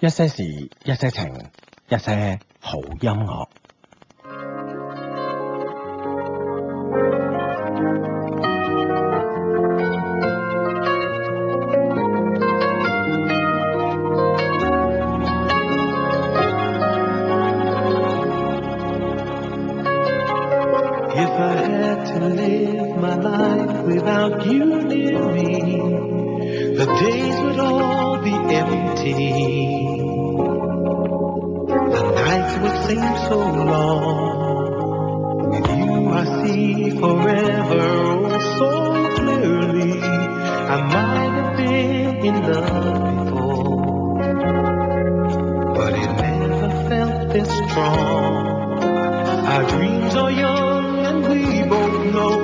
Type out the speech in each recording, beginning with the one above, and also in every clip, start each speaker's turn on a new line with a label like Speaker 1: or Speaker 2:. Speaker 1: 一些事，一些情，一些好音樂。
Speaker 2: If I had to live my life without you near me, the days would all be empty. The nights would seem so long, and you I see forever oh so clearly. I might have been in love before, but it never felt this strong. Our dreams are young and we both know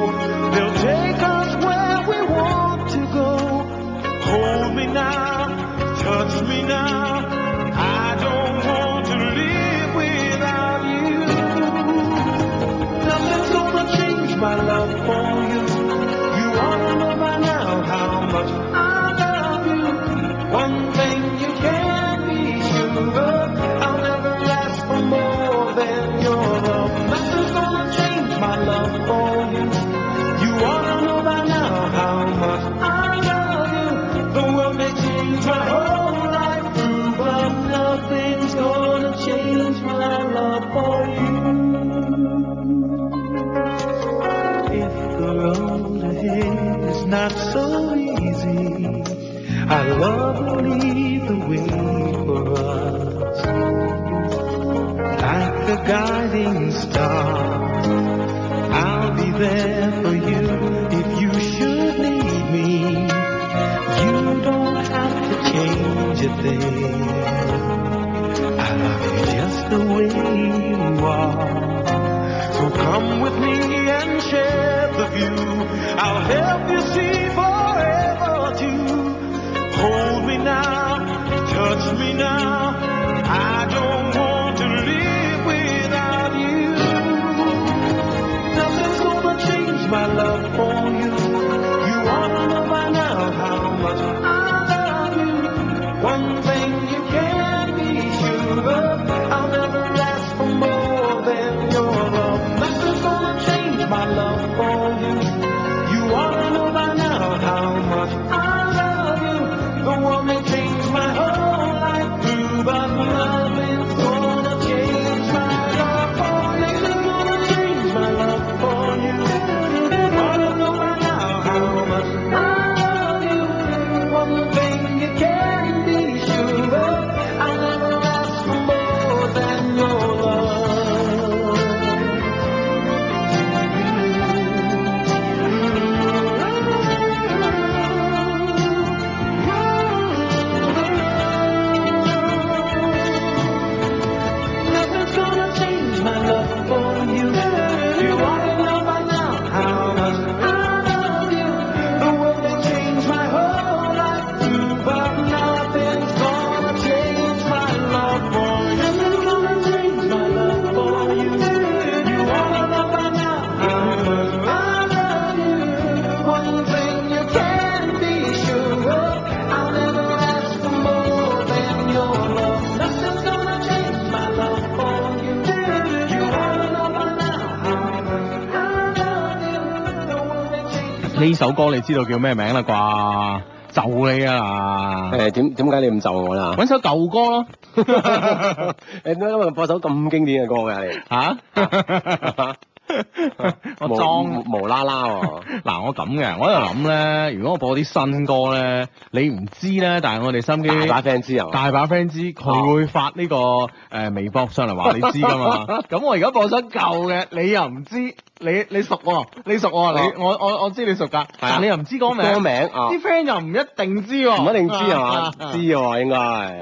Speaker 2: they'll take us where we want to go. Hold me now, touch me now. I don't want to live without you. Nothing's gonna change my love for you. You ought to know by now how much I love you. One thing you can be sure of, I'll never last for more than your love. Nothing's gonna change my love for you. You ought to know by now how much I love you. The world may change my whole life through, but nothing's gonna change my love for you. If the road ahead is not so easy, I love will lead the way for us. Like a guiding star, I'll be there for you if you should need me. You don't have to change a thing. I love you just the way you are. So come with me and share the view. I'll help you see forever too. Hold me now, touch me now. I don't want to live without you. Nothing's gonna change my love for you. You ought to know by now how much I love you. One thing you can be sure of, I'll never last for more than your love. Nothing's gonna change my love for you. You ought to know by now how much I love you. The world may change my whole life through, but nothing's gonna change my love for you. Nothing's gonna change my love for you. You ought to know by now how much I love you. One thing you can be sure of, I'll never ask for more than your love. Nothing's gonna change my love for you. You ought to know by now how much I love you. The world has changed my whole life too, but nothing's gonna change my love for you. Nothing's gonna change my love for you. You ought to know by now how much I love you. One thing you can be sure of, I'll never ask for more than your love. Nothing's gonna change my love for you. You ought to know by now how much I love you. The world may change.
Speaker 1: 呢首歌你知道叫咩名啦啩？就你啊啦！
Speaker 3: 誒點點解你咁就我啦？
Speaker 1: 揾首舊歌咯
Speaker 3: 誒點解今日播首咁經典嘅歌嘅你？
Speaker 1: 嚇！我
Speaker 3: 無
Speaker 1: 裝啊
Speaker 3: 無無啦啦喎！
Speaker 1: 嗱，我咁嘅，我喺度諗咧，如果我播啲新歌咧，你唔知咧，但係我哋心機
Speaker 3: 大把 fans 又
Speaker 1: 大把 friend 知，佢會發呢、個誒、呃微博上嚟話你知㗎嘛。 咁我而家播咗舊嘅，你又唔知，你你熟喎、你熟喎、
Speaker 3: 哦
Speaker 1: 你我我我知你熟㗎，但你又唔知歌啊名，
Speaker 3: 歌名啊，
Speaker 1: 啲 friend 又唔一定知喎、
Speaker 3: 唔一定知係嘛？
Speaker 1: 啊
Speaker 3: 知喎應該
Speaker 1: 啊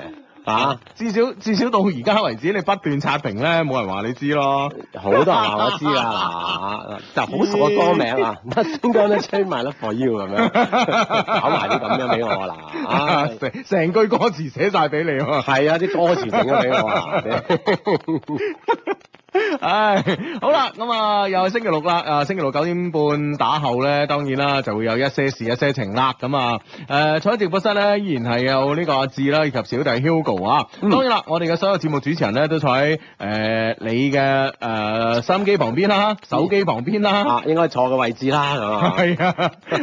Speaker 3: 嚇，
Speaker 1: 至少至少到而家為止，你不斷刷屏咧，冇人話你知咯。
Speaker 3: 好多人話我知啊嗱，就好熟嘅歌名啊，Nothing Gonna Change My Love For You 咁樣，搞埋啲咁樣俾我啦 啊！
Speaker 1: 成成句歌詞寫晒俾你喎。
Speaker 3: 係啊，啲歌詞整咗俾我啊！
Speaker 1: 唉，好啦，咁啊，又係星期六啦，啊，星期六九點半打後咧，當然啦，就會有一些事一些情啦，咁啊，誒、坐喺直播室咧，依然係有呢個阿志啦，以及小弟 Hugo 啊，當然啦，我哋嘅所有節目主持人咧，都坐喺誒、你嘅誒、收音機旁邊啦，手機旁邊啦。
Speaker 3: 啊，應該坐嘅位置啦，咁啊，
Speaker 1: 係啊，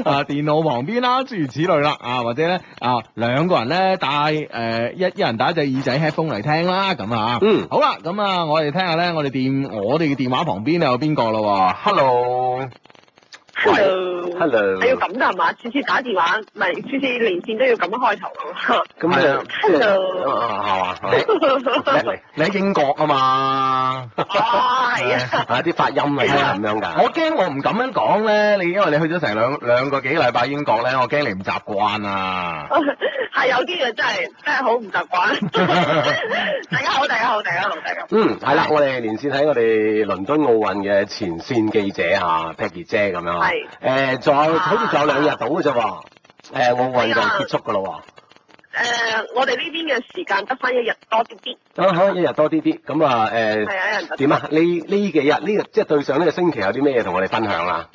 Speaker 1: 啊電腦旁邊啦，諸如此類啦，啊或者咧啊兩個人咧帶誒、呃一一人帶一隻耳仔 headphone 嚟聽啦，咁啊，
Speaker 3: 嗯
Speaker 1: 好啦，咁啊我哋聽下咧，我哋電我哋嘅電話旁邊有邊個咯喎？Hello，
Speaker 4: Hello。
Speaker 3: Hello
Speaker 4: 係要咁噶係嘛？次次打電話，唔係次次連線都要咁開頭㗎
Speaker 3: 咁
Speaker 4: 嘛
Speaker 1: 係啊
Speaker 3: 你即係
Speaker 4: Hello
Speaker 3: 啊係嘛係嘛，叻嚟，
Speaker 1: 你喺英國啊 嘛？
Speaker 4: 哦，係啊，
Speaker 3: 啊啲發音係
Speaker 1: 係啊
Speaker 3: 咁樣㗎，
Speaker 1: 我驚我唔咁樣講咧，你因為你去咗成兩兩個幾禮拜英國咧，我驚你唔習慣 啊！
Speaker 4: 係有啲嘢真係真係好唔習慣。大家好，大家好，大家好，大家好。
Speaker 3: 嗯，係啦，我哋連線喺我哋倫敦奧運嘅前線記者啊 Peggy 姐咁樣啊，
Speaker 4: 係
Speaker 3: 誒仲有好似仲有兩日到嘅啫喎，誒奧運就結束㗎
Speaker 1: 啊
Speaker 3: 咯
Speaker 4: 誒、我哋呢邊嘅時間得翻一日多啲啲，
Speaker 3: 喎，啊好一日多啲啲，咁啊誒
Speaker 4: 係啊，一 人得。
Speaker 3: 點啊？呢呢幾日呢個即係對上呢個星期有啲咩嘢同我哋分享啊啦？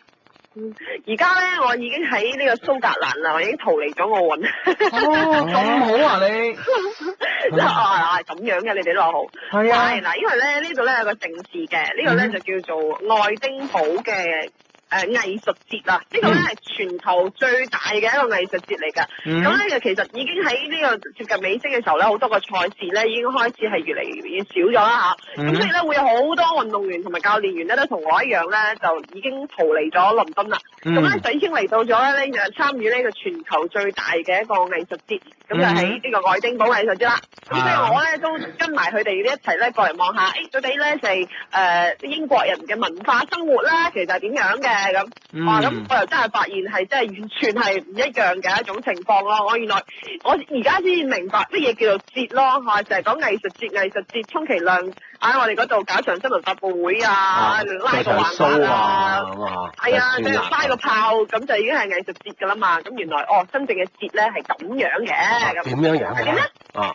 Speaker 4: 而家咧，我已經喺呢個蘇格蘭啦，我已經逃離咗奧運。
Speaker 1: 哦，咁好啊你，
Speaker 4: 即係啊咁樣嘅，你哋都話好。
Speaker 1: 係啊嗯
Speaker 4: 係嗱，因為咧呢度咧有個城市嘅，呢個咧就叫做愛丁堡嘅。誒藝術節啊，呢個咧係全球最大嘅一個藝術節嚟㗎。
Speaker 1: 嗯
Speaker 4: 咁咧、其實已經喺呢個接近尾聲嘅時候咧，好多個賽事咧已經開始係越嚟越少咗啦嚇。咁、
Speaker 1: 嗯
Speaker 4: 所以咧會有好多運動員同埋教練員咧都同我一樣咧，就已經逃離咗倫敦啦。
Speaker 1: 嗯
Speaker 4: 咁
Speaker 3: 啊
Speaker 4: 咧、就已經嚟到咗咧呢就參與呢個全球最大嘅一個藝術節，咁就喺呢個愛丁堡藝術節啦。咁所以我咧都跟埋佢哋一齊咧過嚟望下，誒、到底咧就係、呃英國人嘅文化生活啦，其實係點樣嘅咁。
Speaker 1: 嗯
Speaker 4: 哇！咁我又真係發現係真係完全係唔一樣嘅一種情況咯。我原來我而家先明白乜嘢叫做節咯，嚇就係講藝術節、藝術節，充其量喺我哋嗰度搞場新聞發佈會啊，拉
Speaker 3: 做
Speaker 4: 個
Speaker 3: 場
Speaker 4: 橫
Speaker 3: show
Speaker 4: 額
Speaker 3: 啊
Speaker 4: 啊。
Speaker 3: 咁啊，
Speaker 4: 係啊，
Speaker 3: 就
Speaker 4: 即
Speaker 3: 算
Speaker 4: 係
Speaker 3: 啦
Speaker 4: 拉個炮咁就已經係藝術節㗎啦嘛。咁原來哦，真正嘅節咧係咁樣嘅咁。
Speaker 3: 點樣樣
Speaker 4: 係點咧
Speaker 3: 啊？啊，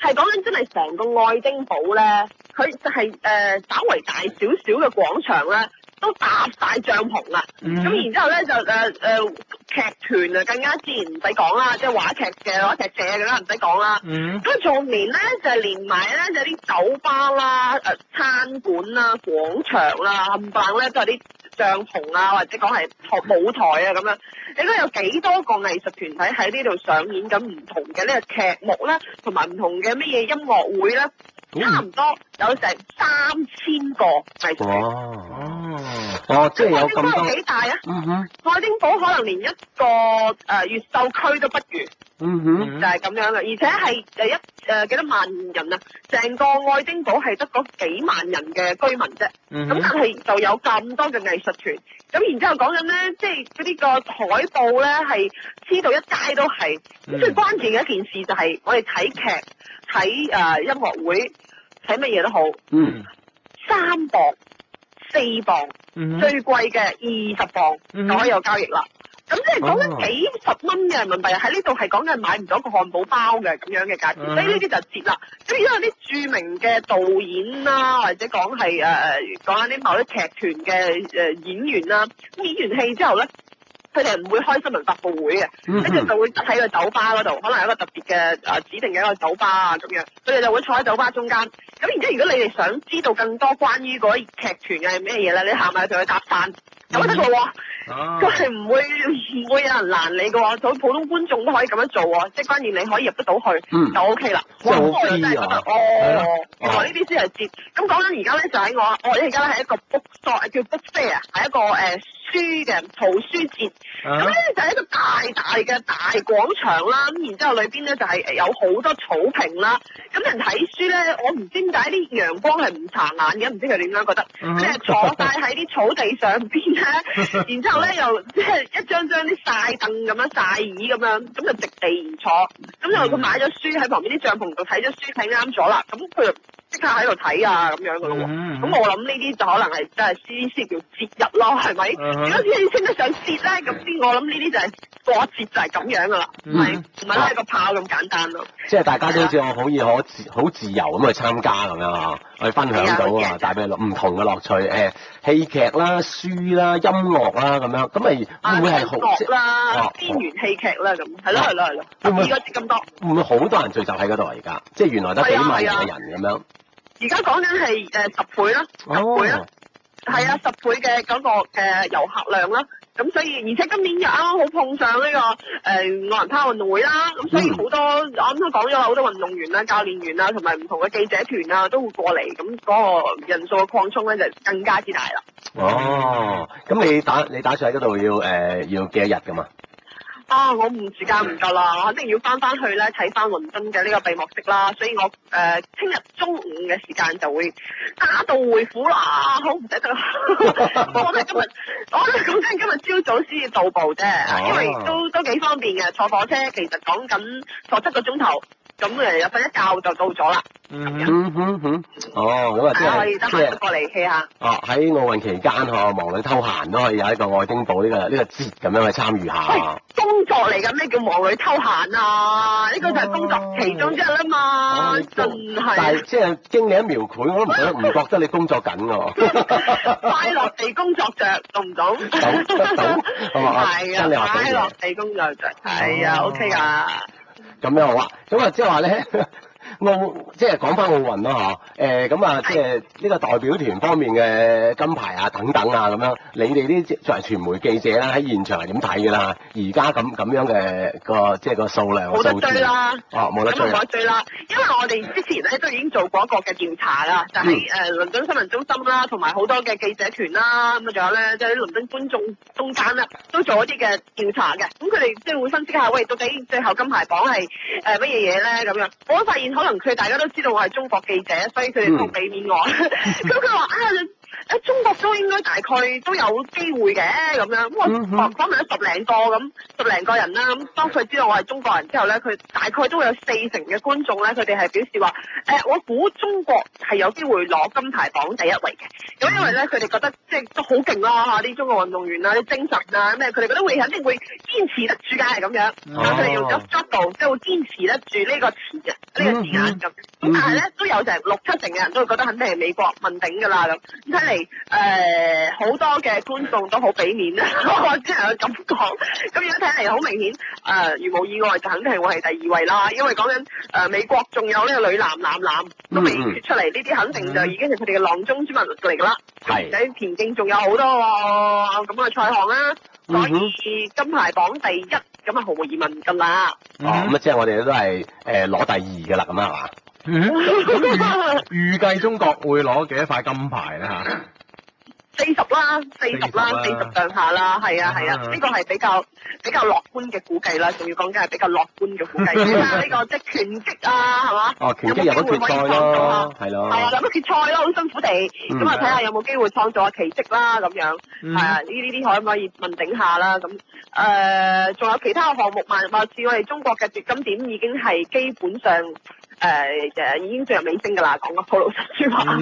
Speaker 4: 係講緊真係成個愛丁堡咧，佢就係、誒、稍為大少少嘅廣場咧，都搭晒帳篷啦。咁、
Speaker 1: 嗯
Speaker 4: 然之後咧就誒誒、劇團啊，更加自然唔使講啦，即係話劇嘅話劇社嘅啦，唔使講啦。
Speaker 1: 嗯
Speaker 4: 咁仲連咧就係連埋咧就係啲酒吧啦、誒、餐館啦、廣場啦冚唪唥咧都係啲帳篷啊，或者講係台舞台啊咁樣。你都有幾多個藝術團體喺呢度上演緊唔同嘅呢個劇目咧，同埋唔同嘅乜嘢音樂會咧，差唔多有成三千個藝術團。
Speaker 3: 哇！
Speaker 1: 哦。
Speaker 3: 哦，即係有
Speaker 4: 愛丁
Speaker 3: 咁
Speaker 4: 堡
Speaker 3: 多
Speaker 4: 有，幾大啊？
Speaker 3: 嗯哼，
Speaker 4: 愛丁堡可能連一個誒、呃越秀區都不如。
Speaker 3: 嗯哼，
Speaker 4: 就係咁樣啦，而且係誒一呃誒幾多萬人啊，成個愛丁堡係得嗰幾萬人嘅居民啫，咁、
Speaker 1: 嗯哼
Speaker 4: 但係就有咁多嘅藝術團，咁然之後講緊咧，即係嗰啲個海報咧係黐到一街都係，
Speaker 3: 嗯
Speaker 4: 咁最關鍵嘅一件事就係我哋睇劇、睇誒、呃音樂會、睇乜嘢都好，
Speaker 3: 嗯，
Speaker 4: 三磅、四磅。
Speaker 1: 嗯
Speaker 4: 最貴嘅二十磅
Speaker 1: 嗯
Speaker 4: 就可以有交易啦。咁即係講
Speaker 3: 哦
Speaker 4: 緊幾十蚊嘅人民幣喺呢度係講緊買唔到個漢堡包嘅咁樣嘅價錢，
Speaker 1: 嗯
Speaker 4: 所以呢啲就折啦。咁而家有啲著名嘅導演啦，或者講係誒誒講緊啲某啲劇團嘅誒演員啦，咁演完戲之後咧。佢哋唔會開新聞發佈會嘅，
Speaker 3: 嗯
Speaker 4: 跟住就會喺個酒吧嗰度，可能有一個特別嘅誒、呃指定嘅一個酒吧啊咁樣，佢哋就會坐喺酒吧中間。咁然之後，如果你哋想知道更多關於嗰啲劇團嘅係咩嘢咧，你行埋去同佢搭訕，咁就得㗎
Speaker 3: 嗯
Speaker 4: 喎。
Speaker 1: 啊
Speaker 4: 佢係唔會唔會有人攔你嘅喎，做普通觀眾都可以咁樣做喎，即係關鍵你可以入得到去、
Speaker 3: 嗯
Speaker 4: 就 O K 啦。
Speaker 3: 真係好
Speaker 4: 咁我就真係覺得
Speaker 3: 啲啊
Speaker 1: 係啊
Speaker 4: 哦，原來呢啲先係節。咁講緊而家咧就喺我，我而家咧係一個 book store 叫 book fair，係一個誒、呃、書嘅圖書節。
Speaker 1: 啊
Speaker 4: 咁咧就係一個大大嘅大廣場啦，咁然之後裏邊咧就係有好多草坪啦。咁人睇書咧，我唔知點解啲陽光係唔殘眼嘅，唔知佢點樣覺得。
Speaker 1: 嗯
Speaker 4: 即係坐晒喺啲草地上邊咧，然之後咧又即係一張張啲晒凳咁樣晒椅咁樣，咁就席地而坐。咁就佢買咗書喺旁邊啲帳篷度睇咗書睇啱咗啦，咁佢就即刻喺度睇啊咁樣噶咯喎。
Speaker 1: 嗯
Speaker 4: 咁我諗呢啲就可能係真係先先叫節日咯，係咪？
Speaker 1: 嗯哼
Speaker 4: 如果先至稱得上節咧，咁先我諗呢啲就係過節就係咁樣噶啦，
Speaker 3: 嗯
Speaker 4: 唔係唔係
Speaker 3: 啊
Speaker 4: 拉個炮咁簡單咯。
Speaker 3: 即係大家都好似我好易可自好自由咁去參加咁樣啊，去分享到
Speaker 4: 係
Speaker 3: 啊，
Speaker 4: 啊
Speaker 3: 帶俾你唔同嘅樂趣，誒戲劇啦、書啦、音樂啦咁樣，咁咪會
Speaker 4: 啊，
Speaker 3: 唔會係
Speaker 4: 音
Speaker 3: 好即
Speaker 4: 樂啦
Speaker 3: 哦，
Speaker 4: 邊緣戲劇啦，咁係咯
Speaker 3: 啊
Speaker 4: 係咯係咯，十
Speaker 3: 會唔會
Speaker 4: 二個節咁多。
Speaker 3: 會唔會好多人聚集喺嗰度啊？而家即係原來得幾
Speaker 4: 係啊
Speaker 3: 萬
Speaker 4: 係
Speaker 3: 人
Speaker 4: 啊
Speaker 3: 嘅人咁樣，
Speaker 4: 而家講緊係誒十倍啦，十倍啦
Speaker 3: 哦，，
Speaker 4: 係啊，十倍嘅嗰個嘅遊客量啦。咁所以，而且今年又啱啱好碰上呢、個誒奧林匹克運動會啦，咁所以
Speaker 3: 嗯
Speaker 4: 好多、我啱啱講咗啦，好多運動員啦、啊教練員啦，同埋唔同嘅記者團啊，都會過嚟，咁嗰個人數嘅擴充咧就更加之大啦。
Speaker 3: 哦，咁你打你打算喺嗰度要誒要幾多日㗎嘛？
Speaker 4: 啊！我唔時間唔夠啦，我肯定要翻翻去咧睇翻倫敦嘅呢個閉幕式啦，所以我誒聽日中午嘅時間就會打道回府啦，好唔捨得 啦。我哋今日我哋講緊今日朝早先至到步啫，
Speaker 3: 哦
Speaker 4: 因為都都幾方便嘅，坐火車其實講緊坐七個鐘頭，咁誒瞓一覺就到咗啦。
Speaker 1: 嗯哼
Speaker 3: 嗯哼哼，哦，咁啊即
Speaker 4: 啊，可以
Speaker 3: 係
Speaker 4: 得
Speaker 3: 即
Speaker 4: 閒
Speaker 3: 係
Speaker 4: 過嚟 hea 下。
Speaker 3: 哦喺奧運期間嗬，忙裏偷閒都可以有一個愛丁堡呢個呢個節咁樣去參與
Speaker 4: 喂
Speaker 3: 下。，
Speaker 4: 工作嚟㗎，咩叫忙裏偷閒啊？呢個就係工作其中之一啦嘛
Speaker 3: 哦，
Speaker 4: 真
Speaker 3: 但
Speaker 4: 係
Speaker 3: 係。即係經你一描繪，我都唔覺得 唔覺得你工作緊㗎喎。
Speaker 4: 快樂地工作着，懂唔懂？
Speaker 3: 懂 懂好啊
Speaker 4: 係
Speaker 3: 真係
Speaker 4: 啊，
Speaker 3: 話懂
Speaker 4: 快
Speaker 3: 嘢
Speaker 4: 樂地工作着，係啊
Speaker 3: 哦
Speaker 4: ，OK 噶。
Speaker 3: 咁樣好啊，咁啊即係話 咧。奧即係講翻奧運啦嚇，誒咁啊，即係呢個代表團方面嘅金牌啊等等啊咁樣，你哋啲作為傳媒記者啦，喺現場係點睇㗎啦？而家咁咁樣嘅個即係個數量
Speaker 4: 冇得
Speaker 3: 數
Speaker 4: 追啊
Speaker 3: 字，
Speaker 4: 啦，
Speaker 3: 哦冇得
Speaker 4: 咁
Speaker 3: 追
Speaker 4: 冇
Speaker 3: 啦
Speaker 4: 得，追啦，因為我哋之前咧都已經做過一個嘅調查啦，就係誒倫敦新聞中心啦，同埋好多嘅記者團啦，咁啊仲有咧即係啲倫敦觀眾中間啦，都做一啲嘅調查嘅，咁佢哋即係會分析下，喂，到底最後金牌榜係誒乜嘢嘢咧咁樣。我發現可能佢哋大家都知道我係中國記者，所以佢哋都
Speaker 3: 嗯
Speaker 4: 俾面我。 咁佢話啊。誒中國都應該大概都有機會嘅咁樣，咁我
Speaker 3: 嗯哼
Speaker 4: 訪問咗十零個咁，十零個人啦，咁當佢知道我係中國人之後咧，佢大概都會有四成嘅觀眾咧，佢哋係表示話誒、我估中國係有機會攞金牌榜第一位嘅，咁因為咧佢哋覺得即係都好勁啦嚇，啲中國運動員啊，啲精神啊咩，佢哋覺得會肯定會堅持得住㗎係咁樣，咁佢哋用咗 struggle 即係會堅持得住呢個詞啊嘅呢
Speaker 3: 嗯
Speaker 4: 個字眼咁，咁但係咧都有成六七成嘅人都會覺得肯定係美國問鼎㗎啦咁。睇嚟誒好多嘅觀眾都好俾面啦， 我只能夠咁講。咁樣睇嚟好明顯誒、呃如無意外就肯定係會係第二位啦，因為講緊誒呃美國仲有呢個女男、男男都未
Speaker 3: 嗯嗯嗯
Speaker 4: 決出嚟，呢啲肯定就已經係佢哋嘅囊中之物嚟㗎啦。
Speaker 3: 係
Speaker 4: 喺田徑仲有好多喎咁嘅賽項啦，
Speaker 3: 嗯
Speaker 4: 所
Speaker 3: 哼
Speaker 4: 以金牌榜第一咁啊毫無疑問 㗎啦。
Speaker 3: 哦咁啊，即係我哋都係誒攞第二㗎啦，咁啊係嘛？
Speaker 1: 嗯咁預預計中國會攞幾多塊金牌咧嚇？
Speaker 4: 四十啦，四十啦，四
Speaker 1: 40啦
Speaker 4: 十上下啦，係啊
Speaker 1: 啊
Speaker 4: 係啊，呢個係比較比較樂觀嘅估計啦，仲要講緊係比較樂觀嘅 估計。睇下呢個即係拳擊啊，係嘛？
Speaker 3: 哦，拳擊入咗決賽咯，係
Speaker 4: 係啊，
Speaker 3: 咯，
Speaker 4: 諗決賽咯，好辛苦地，咁啊睇下有冇機會創造下奇蹟啦咁樣，係啊，呢呢啲可唔可以問鼎下啦咁？誒，仲有其他項目嘛？貌似我哋中國嘅奪金點已經係基本上誒誒已經進入尾聲㗎啦，講個好老實説話。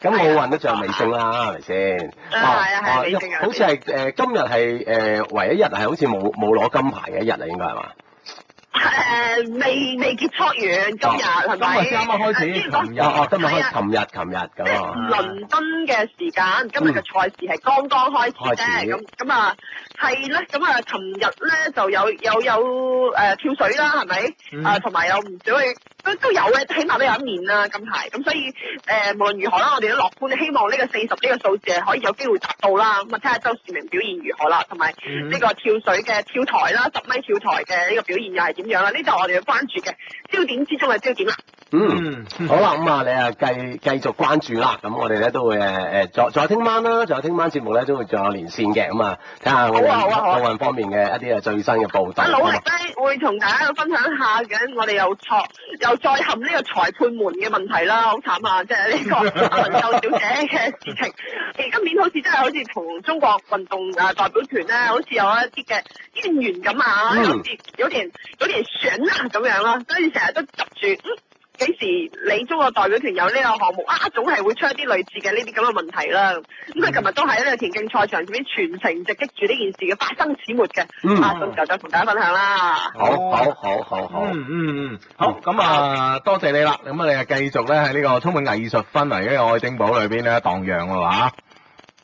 Speaker 3: 咁奧運都仲有尾聲啦，係咪先？ 哦
Speaker 4: 啊係啊係啊尾聲啊
Speaker 3: 好似係誒今日係誒唯一一日係好似冇冇攞金牌嘅一日啦，應該係嘛？
Speaker 4: 誒呃未未結束完今日係咪？
Speaker 1: 啊
Speaker 4: 啊
Speaker 1: 今日先啱啱開始
Speaker 4: 先講
Speaker 1: 琴日
Speaker 3: 哦哦，今日
Speaker 4: 係
Speaker 3: 開
Speaker 4: 啊
Speaker 3: 琴日琴日
Speaker 4: 即
Speaker 3: 咁
Speaker 4: 係
Speaker 3: 啊，
Speaker 4: 倫敦嘅時間，今
Speaker 1: 嗯
Speaker 4: 日嘅賽事係剛剛開始
Speaker 3: 開
Speaker 4: 啫。
Speaker 3: 始
Speaker 4: 咁咁啊，係啦。咁啊，琴日咧就有有有誒、呃跳水啦，係咪？
Speaker 1: 嗯
Speaker 2: 아,
Speaker 4: 啊，同埋有唔少嘅都都有嘅，起碼都有一面啦，金牌。咁所以誒、呃，無論如何啦，我哋都樂觀，希望呢個四十呢個數字係可以有機會達到啦。咁啊，睇下周市明表現如何啦，同埋
Speaker 3: 嗯
Speaker 4: 呢個跳水嘅跳台啦，十米跳台嘅呢個表現又係點樣啦？啊呢度我哋要關注嘅焦點之中嘅焦點啦。
Speaker 3: 嗯。
Speaker 2: 음.
Speaker 3: 好啦，咁啊，你啊繼繼續關注啦，咁我哋咧都會誒誒，再再聽晚啦，仲有聽晚節目咧都會仲有連線嘅，咁啊，睇下奧運
Speaker 4: 好啊好啊好啊
Speaker 3: 奧運方面嘅一啲嘅最新嘅報
Speaker 1: 啊
Speaker 3: 導。
Speaker 4: 阿努力
Speaker 3: 好嘛
Speaker 4: 咧會同大家分享下嘅，我哋又錯又再陷呢個裁判門嘅問題啦，好慘啊！即係呢 個阿文秀小姐嘅事情。誒，今年好似真係好似同中國運動啊代表團咧，好似有一啲嘅淵源咁啊，
Speaker 3: 嗯
Speaker 4: 啊有啲有啲人有啲人選啊咁樣啦，所以成日都執住嗯。幾時你中國代表團有呢個項目啊？總係會出一啲類似嘅呢啲咁嘅問題啦。咁佢琴日都喺呢個田徑賽場上面全程直擊住呢件事嘅發生始末嘅。
Speaker 3: 嗯
Speaker 4: 啊，到時候再同大家分享啦。
Speaker 3: 好好好好好，
Speaker 1: 嗯嗯嗯，好咁啊，多謝你啦。咁啊，你啊繼續咧喺呢個充滿藝術氛圍嘅愛丁堡裏邊咧蕩漾喎嚇。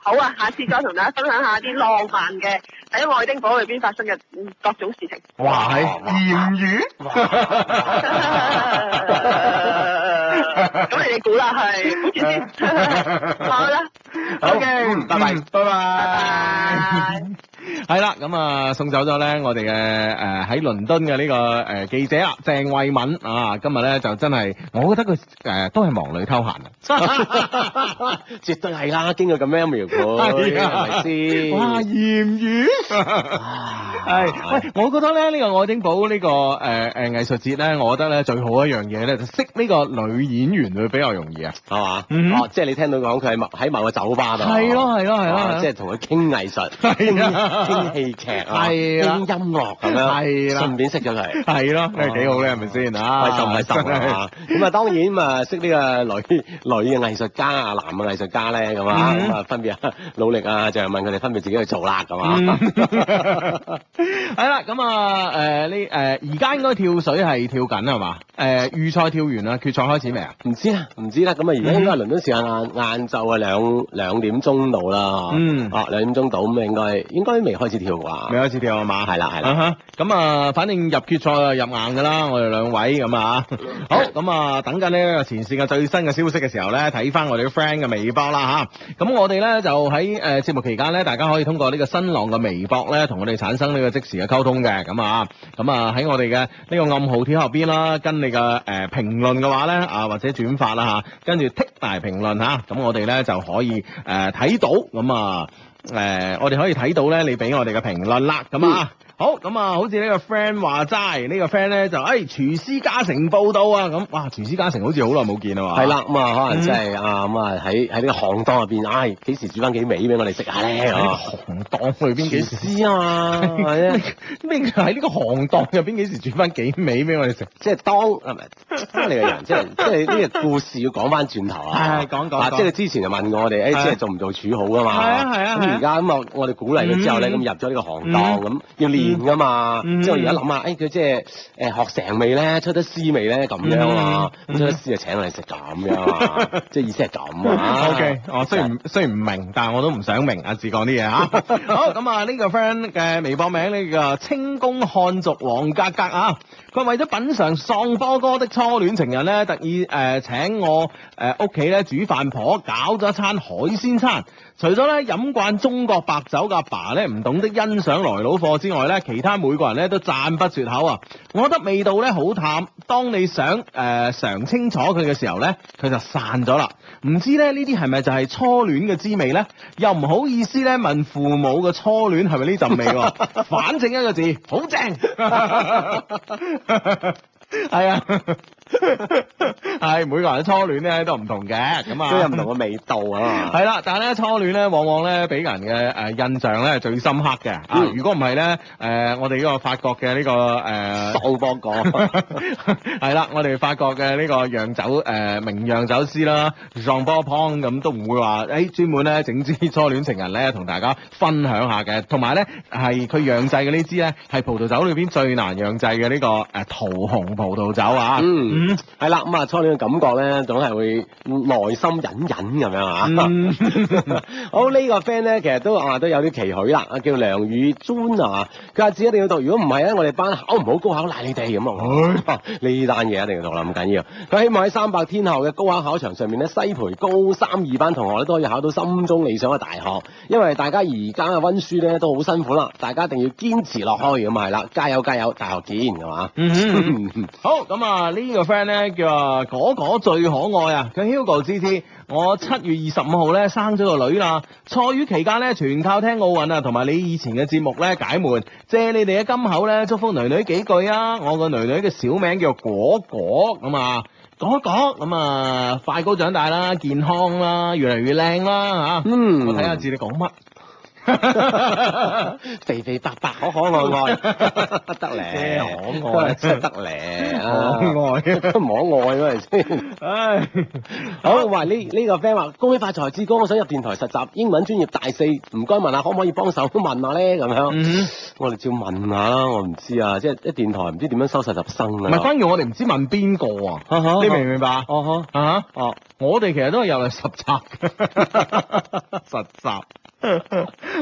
Speaker 4: 好啊，下次再同大家分享下啲浪漫嘅喺愛丁堡裏邊發生嘅嗯各種事 情。
Speaker 1: 哇，係豔遇。
Speaker 4: 咁你哋估啦，係估住 先。好啦，
Speaker 1: 好
Speaker 3: OK，
Speaker 1: 嗯
Speaker 3: 拜拜
Speaker 1: 嗯拜拜
Speaker 4: 拜。
Speaker 1: 係啦，咁啊送走咗咧，我哋嘅誒喺倫敦嘅呢個誒記者啊，鄭慧敏啊，今日咧就真係，我覺得佢誒都係忙裏偷閒啊。
Speaker 3: 絕對係啦，經過咁樣描繪，
Speaker 1: 係啊
Speaker 3: 係
Speaker 1: 哇，
Speaker 3: 咪先？
Speaker 1: 豔遇。
Speaker 3: 哇
Speaker 1: 係，喂，我覺得咧呢、呢個愛丁堡呢、個誒誒藝術節咧，我覺得咧最好一樣嘢咧，就識呢個女演員會比較容易啊。
Speaker 3: 係嘛？
Speaker 1: 嗯
Speaker 3: 哦，即係你聽到講佢喺某喺某個酒吧度，
Speaker 1: 係咯係咯係咯
Speaker 3: 哦
Speaker 1: 係咯
Speaker 3: 即係同佢傾藝術、
Speaker 1: 係啊
Speaker 3: 傾戲劇啊、
Speaker 1: 係啦
Speaker 3: 傾音樂咁樣，
Speaker 1: 係啦
Speaker 3: 順便識咗佢。
Speaker 1: 係咯，你係幾好咧，係咪先啊？
Speaker 3: 開心開心
Speaker 1: 真係
Speaker 3: 啊！咁啊，當然咁啊，識呢個女女嘅藝術家啊，男嘅藝術家咧，咁啊，
Speaker 1: 嗯
Speaker 3: 咁啊，分別啊努力啊，就係問佢哋分別自己去做啦，咁
Speaker 1: 嗯
Speaker 3: 啊，
Speaker 1: 係啦，咁啊，誒呢誒而家應該跳水係跳緊係嘛？誒預賽跳完啦，決賽開始未啊？
Speaker 3: 唔知啦，唔知啦，咁啊，而家應該係倫敦時間晏晏晝啊兩兩點鐘到啦，
Speaker 1: 嗯
Speaker 3: 啊兩點鐘到咁啊應該應該未開始跳啩，
Speaker 1: 未開始跳係嘛？
Speaker 3: 係啦係啦
Speaker 1: 啊哈咁啊，反正入決賽啊，入硬㗎啦，我哋兩位咁 啊。好，咁啊，等緊呢個前線嘅最新嘅消息嘅時候咧，睇翻我哋嘅 friend 嘅微博啦吓，咁我哋咧就喺誒節目期間咧，大家可以通過呢個新浪嘅微博咧，同我哋產生呢個即時嘅溝通嘅。咁啊，咁啊喺我哋嘅呢個暗號貼後邊啦，跟你嘅誒評論嘅話咧啊，或者轉發啦吓，跟住剔埋評論吓，咁我哋咧就可以誒睇、到咁啊。誒、我哋可以睇到咧，你俾我哋嘅評論啦，咁啊，
Speaker 3: 嗯
Speaker 1: 好，咁啊，好似呢個 friend 話齋，呢、個 friend 咧就，誒、哎廚師嘉誠報道啊，咁，哇，廚師嘉誠好似好耐冇見啊嘛，
Speaker 3: 係，啦，咁啊，可能
Speaker 1: 嗯
Speaker 3: 即係啊，咁啊，喺喺呢個行當入邊，唉，幾時煮翻幾味俾我哋食下咧？
Speaker 1: 喺呢個
Speaker 3: 啊，
Speaker 1: 行當裏邊幾
Speaker 3: 廚
Speaker 1: 時？
Speaker 3: 師啊嘛，係啊，
Speaker 1: 咩喺呢個行當入邊幾時轉翻幾味俾我哋食？
Speaker 3: 即係當啊， 唔係，即係你個人，即係即係呢個故事要講翻轉頭啊，
Speaker 1: 係講講
Speaker 3: 啊
Speaker 1: 講
Speaker 3: 即係你之前就問過我哋，誒，哎
Speaker 1: 係啊
Speaker 3: 即係做唔做廚好噶嘛？
Speaker 1: 係啊係啊係
Speaker 3: 咁
Speaker 1: 啊
Speaker 3: 而家咁啊，我哋鼓勵佢之後咧，
Speaker 1: 嗯
Speaker 3: 咁入咗呢個行當，咁要練噶嘛。
Speaker 1: 嗯
Speaker 3: 即係我而家諗下，誒，佢即係誒學成未咧，出得師未咧，咁樣啊，
Speaker 1: 嗯
Speaker 3: 咁出得師就請我哋食咁樣 啊，即係意思係咁啊。
Speaker 1: O K，我雖哦然雖然唔明，但係我都唔想明阿志講啲嘢嚇。好咁啊，呢個 friend 嘅微博名呢個清宮漢族黃格格啊，佢為咗品嚐喪波哥的初戀情人呢，特意誒、呃、請我誒屋企咧煮飯婆搞咗一餐海鮮餐。除咗咧飲慣中國白酒嘅阿爸咧唔懂得欣賞來佬貨之外咧，其他每個人咧都讚不絕口啊！我覺得味道咧好淡，當你想誒、呃、嘗清楚佢嘅時候咧，佢就散咗啦。唔知咧呢啲係咪就係初戀嘅滋味咧？又唔好意思咧問父母嘅初戀係咪呢陣味 喎？反正一 個字，好正。係啊，係每個人嘅初戀咧都唔同嘅，咁啊
Speaker 3: 都有唔同嘅味道啊 嘛。
Speaker 1: 係啦，但係咧初戀咧，往往咧俾人嘅誒印象咧係最深刻嘅。啊
Speaker 3: 嗯，
Speaker 1: 如果唔係咧，誒我哋呢個法國嘅呢個
Speaker 3: 喪波哥，
Speaker 1: 誒 係啦，我哋法國嘅呢個釀酒誒名釀酒師啦，Jean p a u p o n 咁都唔會話誒專門咧整支初戀情人咧同大家分享下嘅。同埋咧係佢釀製嘅呢支咧係葡萄酒裏邊最難釀製嘅呢個誒桃紅葡萄酒啊。
Speaker 3: 嗯，係啦，咁啊，初戀嘅感覺咧，總係會內心隱隱咁樣啊。
Speaker 1: 嗯
Speaker 3: 好呢個 friend 咧，其實都啊都有啲期許啦，啊叫梁宇尊啊，佢話字一定要讀，如果唔係咧，我哋班考唔好高考賴你哋咁啊。 呢單嘢一定要讀啦，唔緊要。佢希望喺三百天後嘅高考考場上面咧，西培高三二班同學咧都可以考到心中理想嘅大學，因為大家而家嘅温書咧都好辛苦啦，大家一定要堅持落去咁啊，係啦，加油加油，大學見係嘛。
Speaker 1: 嗯嗯 嗯好咁啊，呢個 friend 咧叫啊果果最可愛啊，佢 Hugo 芝芝，我七月二十五號咧生咗個女啦，賽於期間咧全靠聽奧運啊，同埋你以前嘅節目咧解悶，借你哋嘅金口咧祝福女女幾句啊，我個女女嘅小名叫果果咁啊。果果咁啊，快高長大啦，健康啦，越嚟越靚啦嚇！
Speaker 3: 嗯
Speaker 1: 我睇下字你講乜？
Speaker 3: 肥肥白白，可可 愛愛，得咧，可愛真係得啊咧，
Speaker 1: 可
Speaker 3: 可愛嗰陣先。
Speaker 1: 唉，
Speaker 3: 好，喂，呢呢、個 friend 話恭喜發財，志哥，我想入電台實習英文專業大四，唔該問下可唔可以幫手問下咧咁樣。
Speaker 1: 嗯
Speaker 3: 我哋照問下啦，我唔知啊，即係一電台唔知點樣收實習生
Speaker 1: 唔
Speaker 3: 啊。
Speaker 1: 係關鍵我哋唔知問邊個啊，
Speaker 3: 啊哈
Speaker 1: 你明唔明白啊？
Speaker 3: 哦呵，
Speaker 1: 啊哈
Speaker 3: 哦，
Speaker 1: 我哋其實都係有嚟 實習嘅，實習。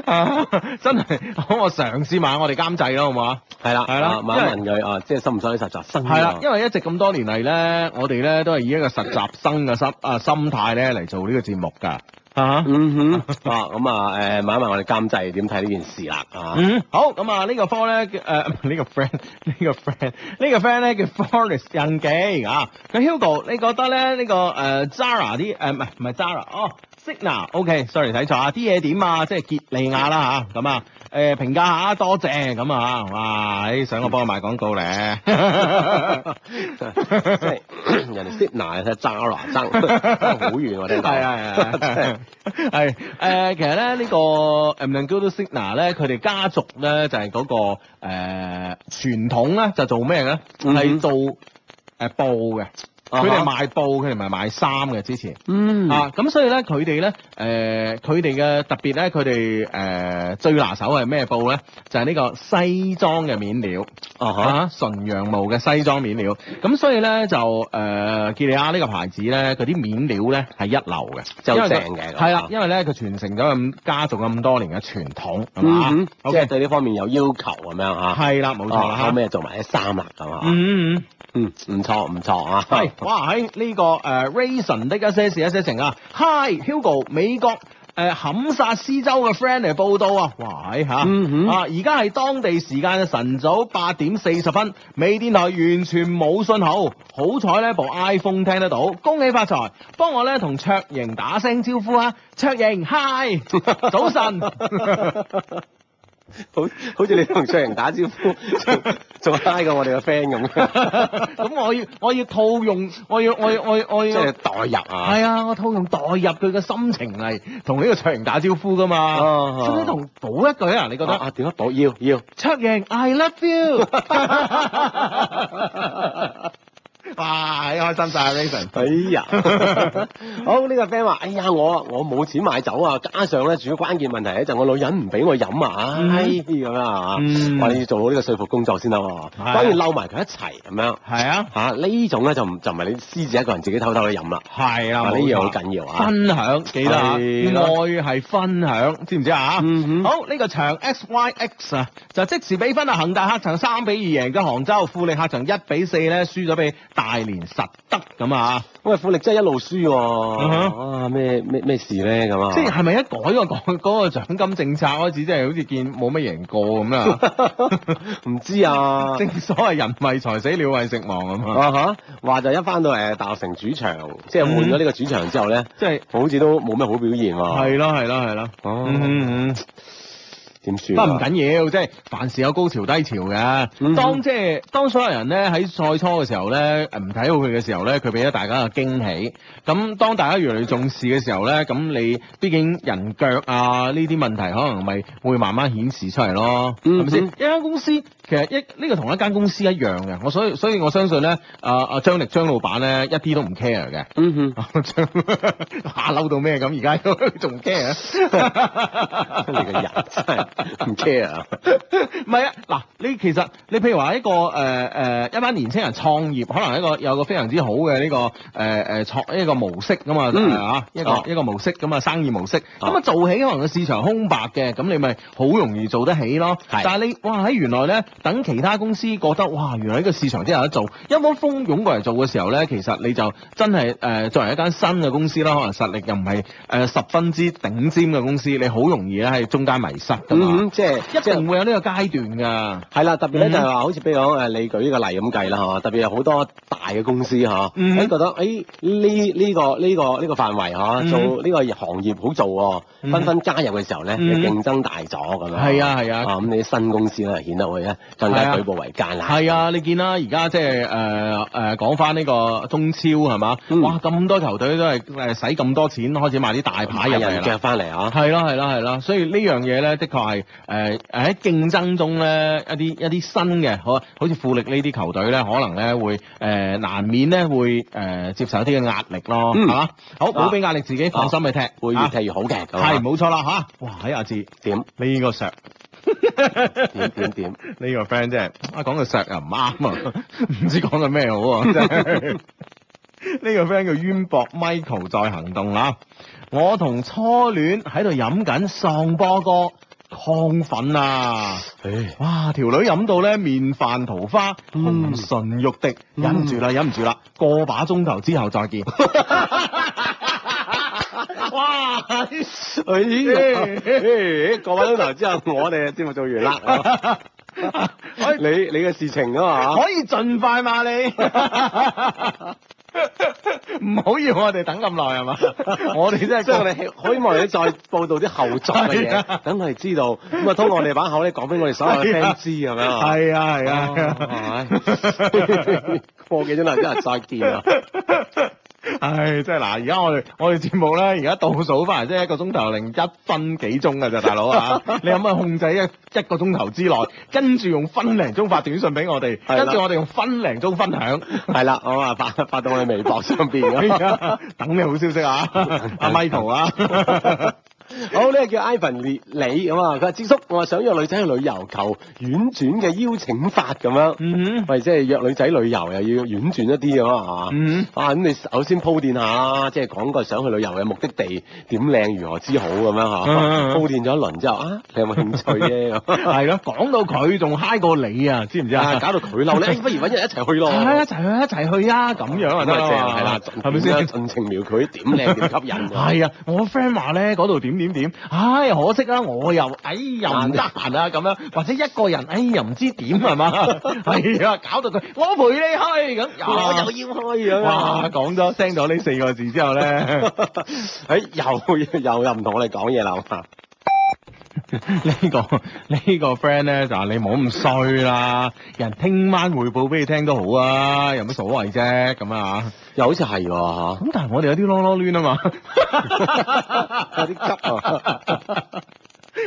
Speaker 1: 啊真係好，我嘗試買我哋監製啦，好唔好啊？
Speaker 3: 係啦，
Speaker 1: 係啦
Speaker 3: 啊問一問佢啊，即係收唔收啲實習生啊？
Speaker 1: 係啦，因為一直咁多年嚟咧，我哋咧都係以一個實習生嘅心啊心態咧嚟做呢個節目㗎。啊哈
Speaker 3: 嗯哼，啊咁啊誒，問一問我哋監製點睇呢件事啦啊。
Speaker 1: 嗯，好咁啊！呢個科咧，誒、呃、 呢、個 friend，呢個 friend，呢個 friend 咧叫 Forest 印記啊。佢 Hugo，你覺得咧呢、個誒、呃 Zara 啲誒唔係唔係 Zara 哦，Signa，OK，sorry 睇錯啊，啲嘢點啊？即係傑利亞啦吓，咁啊誒評價下，多謝咁啊，哇！誒想我幫佢賣廣告 咧，
Speaker 3: 即係人哋 Sydney 睇渣啦，爭爭好遠 我聽到。
Speaker 1: 係係
Speaker 3: 啊
Speaker 1: 係係啊 係誒，其實咧呢個 m n g u d Signa 咧，佢哋家族咧就係嗰個誒傳統咧就做咩咧？
Speaker 3: 嗯哼
Speaker 1: 係做誒布嘅，
Speaker 3: 啊哈
Speaker 1: 佢哋賣布，佢哋唔係賣衫嘅之前。
Speaker 3: 嗯
Speaker 1: 啊，咁所以咧，佢哋咧，誒，佢哋嘅特別咧，佢哋誒最拿手係咩布咧？就係呢個西裝嘅面料。
Speaker 3: 啊哈，
Speaker 1: 啊，純羊毛嘅西裝面料，咁所以咧就誒、呃、傑利亞呢個牌子咧，佢啲面料咧係一流嘅，
Speaker 3: 就
Speaker 1: 因為佢
Speaker 3: 正嘅
Speaker 1: 係啦
Speaker 3: 咁，
Speaker 1: 因為咧佢傳承咗咁家族咁多年嘅傳統，係
Speaker 3: 嗯哼
Speaker 1: 嘛
Speaker 3: 即
Speaker 1: ？OK，
Speaker 3: 係對呢方面有要求咁樣嚇。
Speaker 1: 係啦，冇錯啦，
Speaker 3: 啊
Speaker 1: 嚇
Speaker 3: 後尾做埋啲衫啦咁啊。
Speaker 1: 嗯嗯嗯。
Speaker 3: 嗯，唔錯唔錯啊。
Speaker 1: 係，哇！喺呢、個誒、呃 Raisin 的一些事一些情啊，Hi Hugo，美國。誒堪薩斯州嘅 friend 嚟報道啊，哇喺嚇、
Speaker 3: 嗯哼
Speaker 1: 啊！而家係當地時間嘅晨早八點四十分，美電台完全冇信號，好彩呢部 iPhone 聽得到，恭喜發財！幫我呢同卓瑩打聲招呼啊，卓瑩 Hi，早 晨，
Speaker 3: 好好似你同卓瑩打招 呼，仲仲拉過我哋個 friend 咁，
Speaker 1: 咁我要我要套用，我要我要我要我
Speaker 3: 即
Speaker 1: 要
Speaker 3: 係代入啊。
Speaker 1: 係啊，我套用代入佢嘅心情嚟同呢個卓瑩打招呼噶嘛，
Speaker 3: 啊
Speaker 1: 使唔使同補一句啊？你覺得？
Speaker 3: 覺得啊點樣補？要要。
Speaker 1: 卓瑩，I love you。哇，開心晒啊 Raven。
Speaker 3: 哎 呀，好呢、個 friend 話：哎呀，我我冇錢買酒啊，加上咧主要關鍵問題咧就我女人唔俾我飲啊，
Speaker 1: 嗯
Speaker 3: 唉咁樣啊，
Speaker 1: 嗯
Speaker 3: 我哋要做好呢個說服工作先得喎，
Speaker 1: 係啊
Speaker 3: 當然嬲埋佢一齊咁樣
Speaker 1: 係啊，
Speaker 3: 嚇，呢種咧就唔就唔係你私自一個人自己偷偷去飲啦，
Speaker 1: 係
Speaker 3: 啊
Speaker 1: 啊，
Speaker 3: 呢
Speaker 1: 冇
Speaker 3: 樣
Speaker 1: 錯
Speaker 3: 好緊要啊，
Speaker 1: 分享記得啊，
Speaker 3: 係咯
Speaker 1: 愛係分享，知唔知啊？
Speaker 3: 嗯哼
Speaker 1: 好，呢個場 X Y X 啊，就即時比分啊，恒大客場三比二贏咗杭州，富力客場一比四咧輸咗俾大連實德咁啊。
Speaker 3: 喂，富力真係一路輸
Speaker 1: 嗯
Speaker 3: 喎，啊咩咩咩事咧咁啊，
Speaker 1: 即係係咪一改個 嗰嗰個獎金政策開始，即係好似見冇乜贏過咁啦？
Speaker 3: 唔知啊。
Speaker 1: 正所謂人為財死，鳥為食亡啊嘛，
Speaker 3: 啊哈！話就一翻到誒大學城主場，即係
Speaker 1: 嗯
Speaker 3: 換咗呢個主場之後咧，
Speaker 1: 即係
Speaker 3: 好似都冇咩好表現喎。
Speaker 1: 係咯係咯係咯。
Speaker 3: 哦
Speaker 1: 嗯嗯嗯，
Speaker 3: 點算
Speaker 1: 不
Speaker 3: 啊？
Speaker 1: 過唔緊要，即係凡事有高潮低潮嘅。
Speaker 3: 嗯
Speaker 1: 當即係當所有人咧喺賽初嘅時候咧，誒唔睇好佢嘅時候咧，佢俾咗大家嘅驚喜。咁當大家越嚟越重視嘅時候咧，咁你畢竟人腳啊呢啲問題，可能咪會慢慢顯示出嚟咯，係咪先
Speaker 3: 嗯？
Speaker 1: 一間公司其實一呢、個同一間公司一樣嘅，我所以所以我相信咧，啊啊張力張老闆咧一啲都唔 care 嘅。
Speaker 3: 嗯哼，
Speaker 1: 張 下嬲到咩咁？而家仲 care？
Speaker 3: 你個人真係唔 care 啊！
Speaker 1: 唔係啊，嗱，你其實你譬如話一個誒誒、呃呃一班年青人創業，可能一個有個非常之好嘅呢、個誒誒、呃、創一個模式咁啊，
Speaker 3: 嗯
Speaker 1: 係啊一個、
Speaker 3: 哦
Speaker 1: 一個模式咁啊生意模式，咁啊做起可能個市場空白嘅，咁你咪好容易做得起咯。
Speaker 3: 係
Speaker 1: 但係你哇喺原來咧，等其他公司覺得哇原來呢個市場真係有得做，一窩蜂湧過嚟做嘅時候咧，其實你就真係誒、呃作為一間新嘅公司啦，可能實力又唔係誒十分之頂尖嘅公司，你好容易咧喺中間迷失㗎嘛。
Speaker 3: 嗯哼，即係
Speaker 1: 啊一
Speaker 3: 即係
Speaker 1: 定會有呢個階段㗎。
Speaker 3: 係啦，特別咧
Speaker 1: 嗯
Speaker 3: 就係話，好似比如講誒，你舉呢個例咁計啦嚇，特別有好多大嘅公司嚇，
Speaker 1: 嗯
Speaker 3: 誒覺得誒呢呢個呢個呢個範圍
Speaker 1: 嗯
Speaker 3: 嚇，做呢個行業好做喎，
Speaker 1: 嗯
Speaker 3: 紛紛加入嘅時候咧，
Speaker 1: 嗯
Speaker 3: 競爭大咗咁樣。
Speaker 1: 係啊係啊
Speaker 3: 咁你啲新公司咧顯得會咧更加
Speaker 1: 係啊
Speaker 3: 舉步維艱啦。
Speaker 1: 係啊，你見啦，而家即係誒誒講翻呢個中超係嘛？
Speaker 3: 嗯
Speaker 1: 哇，咁多球隊都係誒使咁多錢開始買啲大牌
Speaker 3: 買
Speaker 1: 入
Speaker 3: 人
Speaker 1: 嚟啦
Speaker 3: 腳。翻嚟啊！
Speaker 1: 係啦，係啦，係啦，所以呢樣嘢咧，的確係誒喺競爭中咧，一啲一啲新嘅，好啊好似富力呢啲球隊咧，可能咧會誒、呃難免咧會誒、呃接受一啲嘅壓力咯，
Speaker 3: 嗯
Speaker 1: 係嘛、好，唔好俾壓力自己，放心去踢，
Speaker 3: 會越
Speaker 1: 啊
Speaker 3: 踢越好嘅，咁啊
Speaker 1: 係冇錯啦吓，哇，哎喺阿志
Speaker 3: 點
Speaker 1: 呢個石。
Speaker 3: 點點點，
Speaker 1: 呢個 friend 真係啊講到石又唔啱啊， 唔知講到咩好啊，真係。呢個 friend 叫淵博 Michael 在行動啊！我同初戀喺度飲緊喪波哥，亢奮啊！
Speaker 3: 唉，
Speaker 1: 哇，條女飲到咧面泛桃花，紅唇欲滴，
Speaker 3: 嗯
Speaker 1: 忍唔住啦，忍唔住啦，個把鐘頭之後 再見。哇！
Speaker 3: 哎，個位鐘頭之後，我哋嘅節目做完 啦。你你嘅事情啊 嘛，
Speaker 1: 可以盡快嘛你？ 唔好要我哋等咁耐係嘛？ 我哋真係
Speaker 3: 即係我哋希可以望你再報道啲後續嘅
Speaker 1: 係啊
Speaker 3: 嘢，等我哋知道，咁啊通過我哋把口咧講俾我哋所有
Speaker 1: 係
Speaker 3: 嘅 friend
Speaker 1: 啊
Speaker 3: 知咁樣啊。
Speaker 1: 係啊係啊係啊，
Speaker 3: 啊，
Speaker 1: 哎
Speaker 3: 係咪？過幾鐘頭之後再見 啊！
Speaker 1: 唉，真係嗱，而家我哋我哋節目咧，而家倒數翻嚟，即係一個鐘頭零一分幾鐘㗎咋，大佬 啊！你可唔可以控制一一個鐘頭之內，跟住用分零鐘發短信俾我哋，
Speaker 3: 係啦
Speaker 1: 跟住我哋用分零鐘分 享。
Speaker 3: 係啦，我啊發發到我哋微博上邊
Speaker 1: 哎
Speaker 3: 啊！
Speaker 1: 呀等你好消息啊，阿 Michael 啊！
Speaker 3: 好呢個叫 Ivan 列李咁啊，佢話智叔，我話想約女仔去旅遊，求婉轉嘅邀請法咁樣。
Speaker 1: 嗯哼
Speaker 3: 喂，即係約女仔旅遊又要婉轉一啲咁啊，係嘛？
Speaker 1: 嗯哼。
Speaker 3: 啊，咁你首先鋪墊下，即係講個想去旅遊嘅目的地點靚如何之好咁樣嚇，
Speaker 1: 嗯嗯嗯
Speaker 3: 鋪墊咗一輪之後啊，你有冇興趣啫？ 咁
Speaker 1: 係咯，講到佢仲嗨過你啊，知唔知啊？
Speaker 3: 啊，搞到佢嬲咧，哎不如揾人一齊去咯。
Speaker 1: 係一啊齊去一齊去啊，咁樣啊
Speaker 3: 咁
Speaker 1: 得
Speaker 3: 啊
Speaker 1: 啦
Speaker 3: 正係啦，
Speaker 1: 係咪先？
Speaker 3: 盡情描繪點靚 點吸引喎。
Speaker 1: 係啊，我 friend 話咧嗰度點點點，唉可惜啦，我又唉又唔得閒啊咁 樣，或者一個人唉又唔知點係嘛，係啊，搞到佢我陪你去咁，
Speaker 3: 我
Speaker 1: 又
Speaker 3: 又要去咁
Speaker 1: 哇
Speaker 3: 啊！
Speaker 1: 講咗聽咗呢四個字之後咧。
Speaker 3: 哎，又又又唔同我哋講嘢啦，係嘛
Speaker 1: 呢、個呢、個 friend 咧就話你唔好咁衰啦，人聽晚匯報俾你聽都好啊，有乜所謂啫咁啊？
Speaker 3: 又好似係喎嚇，
Speaker 1: 咁但係我哋有啲啷啷攣啊嘛，
Speaker 3: 有啲急啊！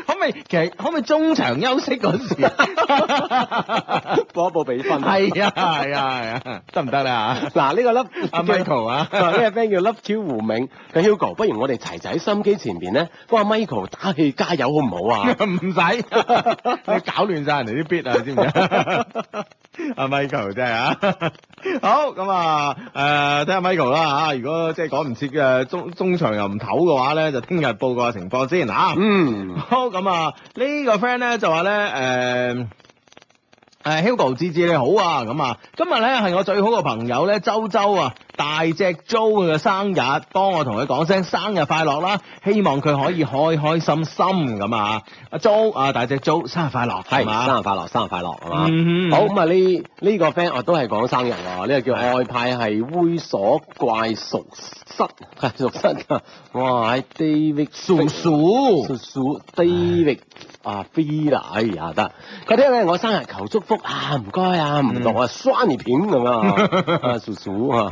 Speaker 1: 可唔可以其實可唔可以中場休息嗰時？
Speaker 3: 報一報比分。
Speaker 1: 係啊係啊係啊，得唔得啊？
Speaker 3: 嗱，呢個粒
Speaker 1: 阿 Michael 啊
Speaker 3: 呢個 friend 叫 Love Q 胡銘，佢 Hugo，不如我哋齊仔喺心機前邊咧，幫阿 Michael 打氣加油好唔好啊？
Speaker 1: 唔使，你搞亂晒人哋啲 bit 啊，知唔知？阿 Michael 真係啊， 好咁啊，誒睇下 Michael 啦嚇，如果即係趕唔切嘅中中場又唔唞嘅話咧，就聽日報告下情況先嚇。啊
Speaker 3: 嗯，
Speaker 1: 好咁啊，呢、個 friend 咧就話咧誒。誒 Hugo 志志你好啊，咁啊，今日咧係我最好嘅朋友咧，周周啊，大隻 Jo 佢嘅生日，幫我同佢講聲生日快樂啦，希望佢可以開開心心咁啊，阿 Jo 啊，大隻 Jo 生日快樂，
Speaker 3: 係
Speaker 1: 係嘛？
Speaker 3: 生日快樂，生日快樂，係嘛？
Speaker 1: 嗯
Speaker 3: 好咁啊！呢呢個 friend 哦我都係講生日喎，呢個叫愛派係猥瑣怪熟室，係熟室 啊！哇喺，David
Speaker 1: 叔叔
Speaker 3: 叔叔 David 啊 B 啦，哎呀得！佢聽咧我生日求祝福啊，唔該啊，
Speaker 1: 嗯
Speaker 3: 唔同啊，酸你片咁 啊，啊叔叔啊，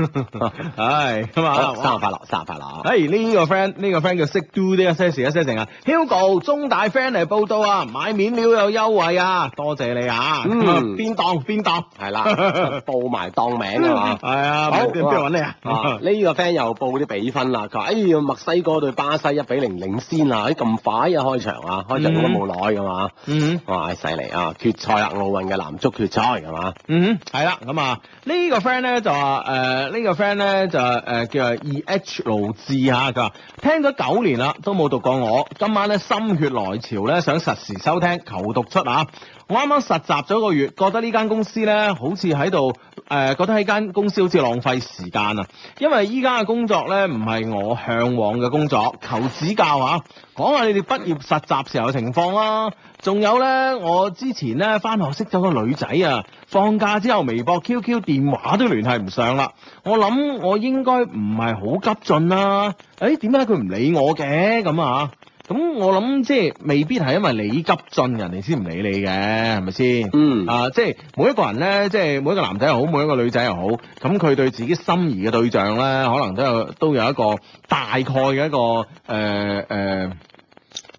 Speaker 1: 唉，咁
Speaker 3: 好
Speaker 1: 啊，
Speaker 3: 生日快樂，生日快樂！
Speaker 1: 哎，呢、個 friend 呢個 friend 叫識 do 呢一些事一些情啊，Hugo 中大 friend 嚟報道啊，買面料有優惠啊，多謝你啊，
Speaker 3: 嗯
Speaker 1: 咁啊邊檔邊 檔，
Speaker 3: 係啦，報埋檔名啊嘛。
Speaker 1: 係啊，
Speaker 3: 好
Speaker 1: 邊邊度揾你啊？
Speaker 3: 啊呢個 friend 又報啲比分啦，佢話：哎呀，墨西哥對巴西一比零領先啊！哎咁快一開場啊，開場咁冇耐噶嘛，
Speaker 1: 嗯
Speaker 3: 哇！犀利啊！決賽啦，奧運嘅男足決賽係嘛？
Speaker 1: 嗯，係啦，咁啊，呢個 friend 咧就話誒，呢個 friend 咧就誒叫做 E H 啊盧志嚇，佢話聽咗九年啦，都冇讀過我，今晚咧心血來潮咧想實時收聽，求讀出啊！我啱啱實習咗個月，覺得呢間公司咧好似喺度誒，覺得喺間公司好似浪費時間啊，因為依家嘅工作咧唔係我向往嘅工作，求指教啊！講下你哋畢業實習時候嘅情況啦。仲有呢，我之前呢翻學識咗個女仔啊，放假之後微博、QQ、電話都聯繫唔上啦。我諗我應該唔係好急進啦。誒點解佢唔理我嘅咁啊？咁我諗即係未必係因為你急進，人哋先唔理你嘅，係咪先？
Speaker 3: 嗯
Speaker 1: 啊，即係每一個人咧，即係每一個男仔又好，每一個女仔又好，咁佢對自己心儀嘅對象咧，可能都有都有一個大概嘅一個誒誒、呃呃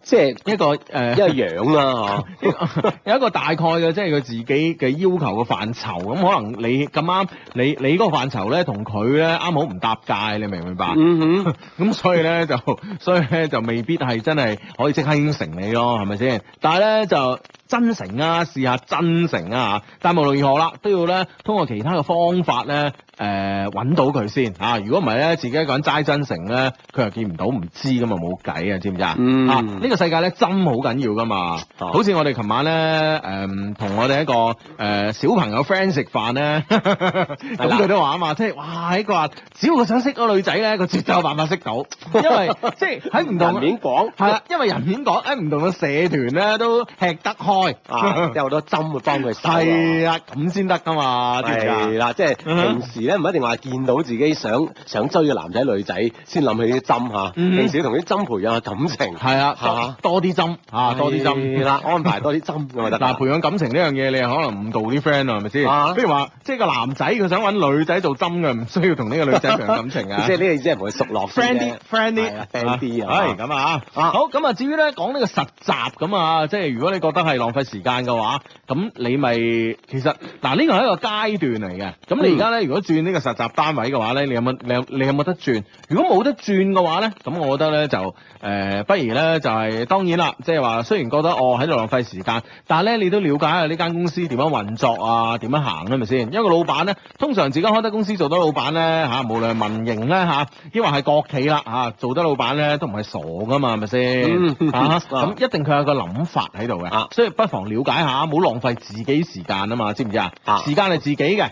Speaker 3: 即係
Speaker 1: 一個誒。呃
Speaker 3: 因為樣啊啦
Speaker 1: 有一個大概嘅，即係佢自己嘅要求嘅範疇。咁可能你咁啱，你你嗰個範疇咧，同佢咧啱好唔搭界，你明唔明白？
Speaker 3: 嚇，
Speaker 1: 咁、
Speaker 3: 嗯哼，
Speaker 1: 所以咧就，所以咧就未必係真係可以即刻應承你咯，係咪先？但係咧就真誠啊，試下真誠啊嚇。但無論如何啦，都要咧通過其他嘅方法咧。誒揾、到佢先嚇、啊如果唔係咧，自己一個人齋真誠咧，佢又見唔到唔知咁啊冇計啊，知唔知啊？
Speaker 3: 嗯
Speaker 1: 啊，呢、個世界咧針好緊要噶嘛，
Speaker 3: 啊
Speaker 1: 好似我哋琴晚咧誒同我哋一個誒、呃小朋友 friend 食飯咧，咁
Speaker 3: 啦
Speaker 1: 佢都話啊嘛，即係哇佢話只要佢想識個女仔咧，佢絕對有辦法識到，因為 即係喺唔同
Speaker 3: 人面講
Speaker 1: 係啦，因為人面講喺唔同嘅社團咧都吃得開，
Speaker 3: 啊，有好多針會幫佢手啊。
Speaker 1: 係啦，咁先得噶嘛，知唔知啊
Speaker 3: 係？啦，即係
Speaker 1: 嗯哼
Speaker 3: 平時咧唔一定話見到自己想想追嘅男仔女仔先諗起啲針嚇，
Speaker 1: 嗯
Speaker 3: 平時同啲針培養下感情，
Speaker 1: 係啊，
Speaker 3: 嚇
Speaker 1: 多多啲針啊，多啲針
Speaker 3: 係。啦，安排多啲針咁 咪得啦。
Speaker 1: 嗱，培養感情呢樣嘢，你係可能誤導啲 friend 啊，係咪先？
Speaker 3: 啊
Speaker 1: 譬如話，即係個男仔佢想揾女仔做針嘅，唔需要同呢個女仔培養感情啊。
Speaker 3: 即係呢個意思係同佢熟落先
Speaker 1: friend
Speaker 3: 啫
Speaker 1: 啲，friend 啲
Speaker 3: 係啊，friend 啲啊，
Speaker 1: 係咁啊。
Speaker 3: 啊
Speaker 1: 好咁啊，至於咧講呢個實習咁啊，即係如果你覺得係浪費時間嘅話，咁你咪其實嗱呢個係一個階段嚟嘅。咁你而家咧，如果轉呢個實習單位嘅話咧，你有冇你有你有冇得轉？如果冇得轉嘅話咧，咁我覺得咧就誒、呃不如咧就係、當然啦，即係話雖然覺得哦我喺度浪費時間，但係咧你都了解下呢間公司點樣運作啊，點樣行啦，係咪先？因為個老闆咧，通常自己開得公司做得老闆咧嚇、無論係民營咧嚇，抑或係國企啦嚇、做得老闆咧都唔係傻噶嘛，係咪先？
Speaker 3: 嗯
Speaker 1: 啊咁一定佢有個諗法喺度
Speaker 3: 啊
Speaker 1: 嘅，所以不妨了解下，唔好浪費自己時間啊嘛，知唔知啊
Speaker 3: 啊？
Speaker 1: 時間係自己嘅，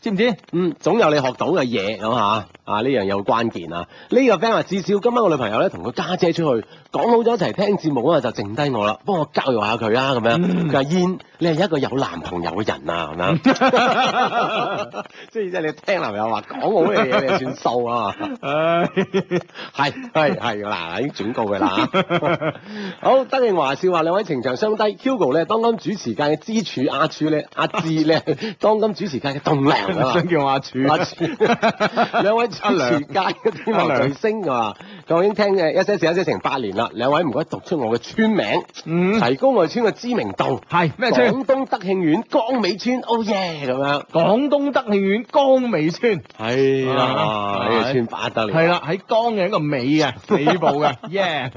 Speaker 1: 知唔知？
Speaker 3: 嗯，總有你學到嘅嘢咁嚇，啊呢樣嘢好關鍵啊！呢、個 friend 話至少今晚我女朋友咧同佢家姐出去講好咗一齊聽節目啊，就剩低我啦，幫我教育下佢啊啦咁樣。佢話燕，你係一個有男朋友嘅人啊咁樣，即係即係你聽男朋友話講好嘅嘢，你就算數啊！係係係嗱，已經轉告佢啦。啊 好，德應華笑話兩位情場相低，Hugo 咧當今主持界嘅支柱，阿柱咧阿志咧當今主持界嘅棟梁 啊 嘛
Speaker 1: 想。叫阿柱，
Speaker 3: 阿柱 兩啊位主持界嘅天王巨星啊，我已經聽嘅一些事一些情八年啦，兩位唔該讀出我嘅村名，
Speaker 1: 嗯，
Speaker 3: 提高我哋村嘅知名度。
Speaker 1: 係咩村？
Speaker 3: 廣東德慶縣江尾村，oh yeah 咁樣。
Speaker 1: 廣東德慶縣江尾村。
Speaker 3: 係
Speaker 1: 啊
Speaker 3: 呢個村不得了。
Speaker 1: 哎係啦，喺江嘅一個尾嘅尾部嘅，yeah，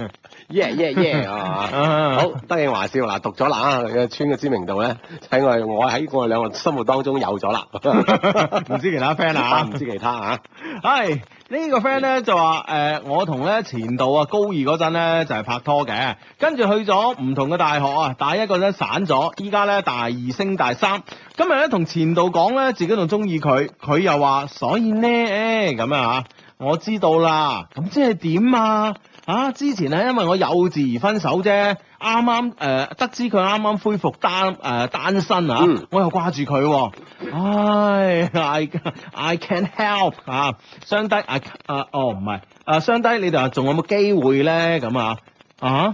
Speaker 3: ，yeah yeah yeah 啊！好，德慶華少嗱讀咗啦啊，佢嘅村嘅知名度咧，喺我哋我喺我哋兩個生活當中有 咗啦。
Speaker 1: 唔知其他 friend
Speaker 3: 啊
Speaker 1: 啊
Speaker 3: 唔，知其他啊，
Speaker 1: 係呢個 friend 咧就話誒、呃我同咧前度啊高二嗰陣咧就係、拍拖嘅，跟住去咗唔同嘅大學啊，大一嗰陣散咗，依家咧大二升大三。今日咧同前度講咧自己仲中意佢，佢又話所以呢咁啊嚇，我知道啦，咁即係點啊？啊！之前咧，因為我幼稚而分手啫，啱啱誒呃得知佢啱啱恢復單誒、呃單身啊，
Speaker 3: 嗯
Speaker 1: 我又掛住佢喎，唉，I I can help 啊，相低 I 啊哦唔係啊，相低你哋話仲有冇機會咧咁啊啊？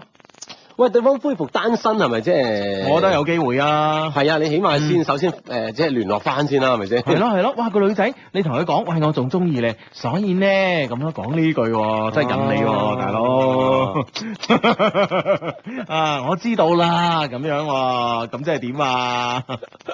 Speaker 3: 喂，對方恢復單身係咪即係？
Speaker 1: 我覺得有機會啊。
Speaker 3: 係啊，你起碼先首先誒、呃即係聯絡翻先啦，係咪先？
Speaker 1: 係咯係咯，哇個女仔，你同佢講，喂我仲中意你，所以呢，咁樣講呢句喎，真係引你喎，
Speaker 3: 哦
Speaker 1: 大佬。 啊，我知道啦，咁樣喎，咁即係點啊？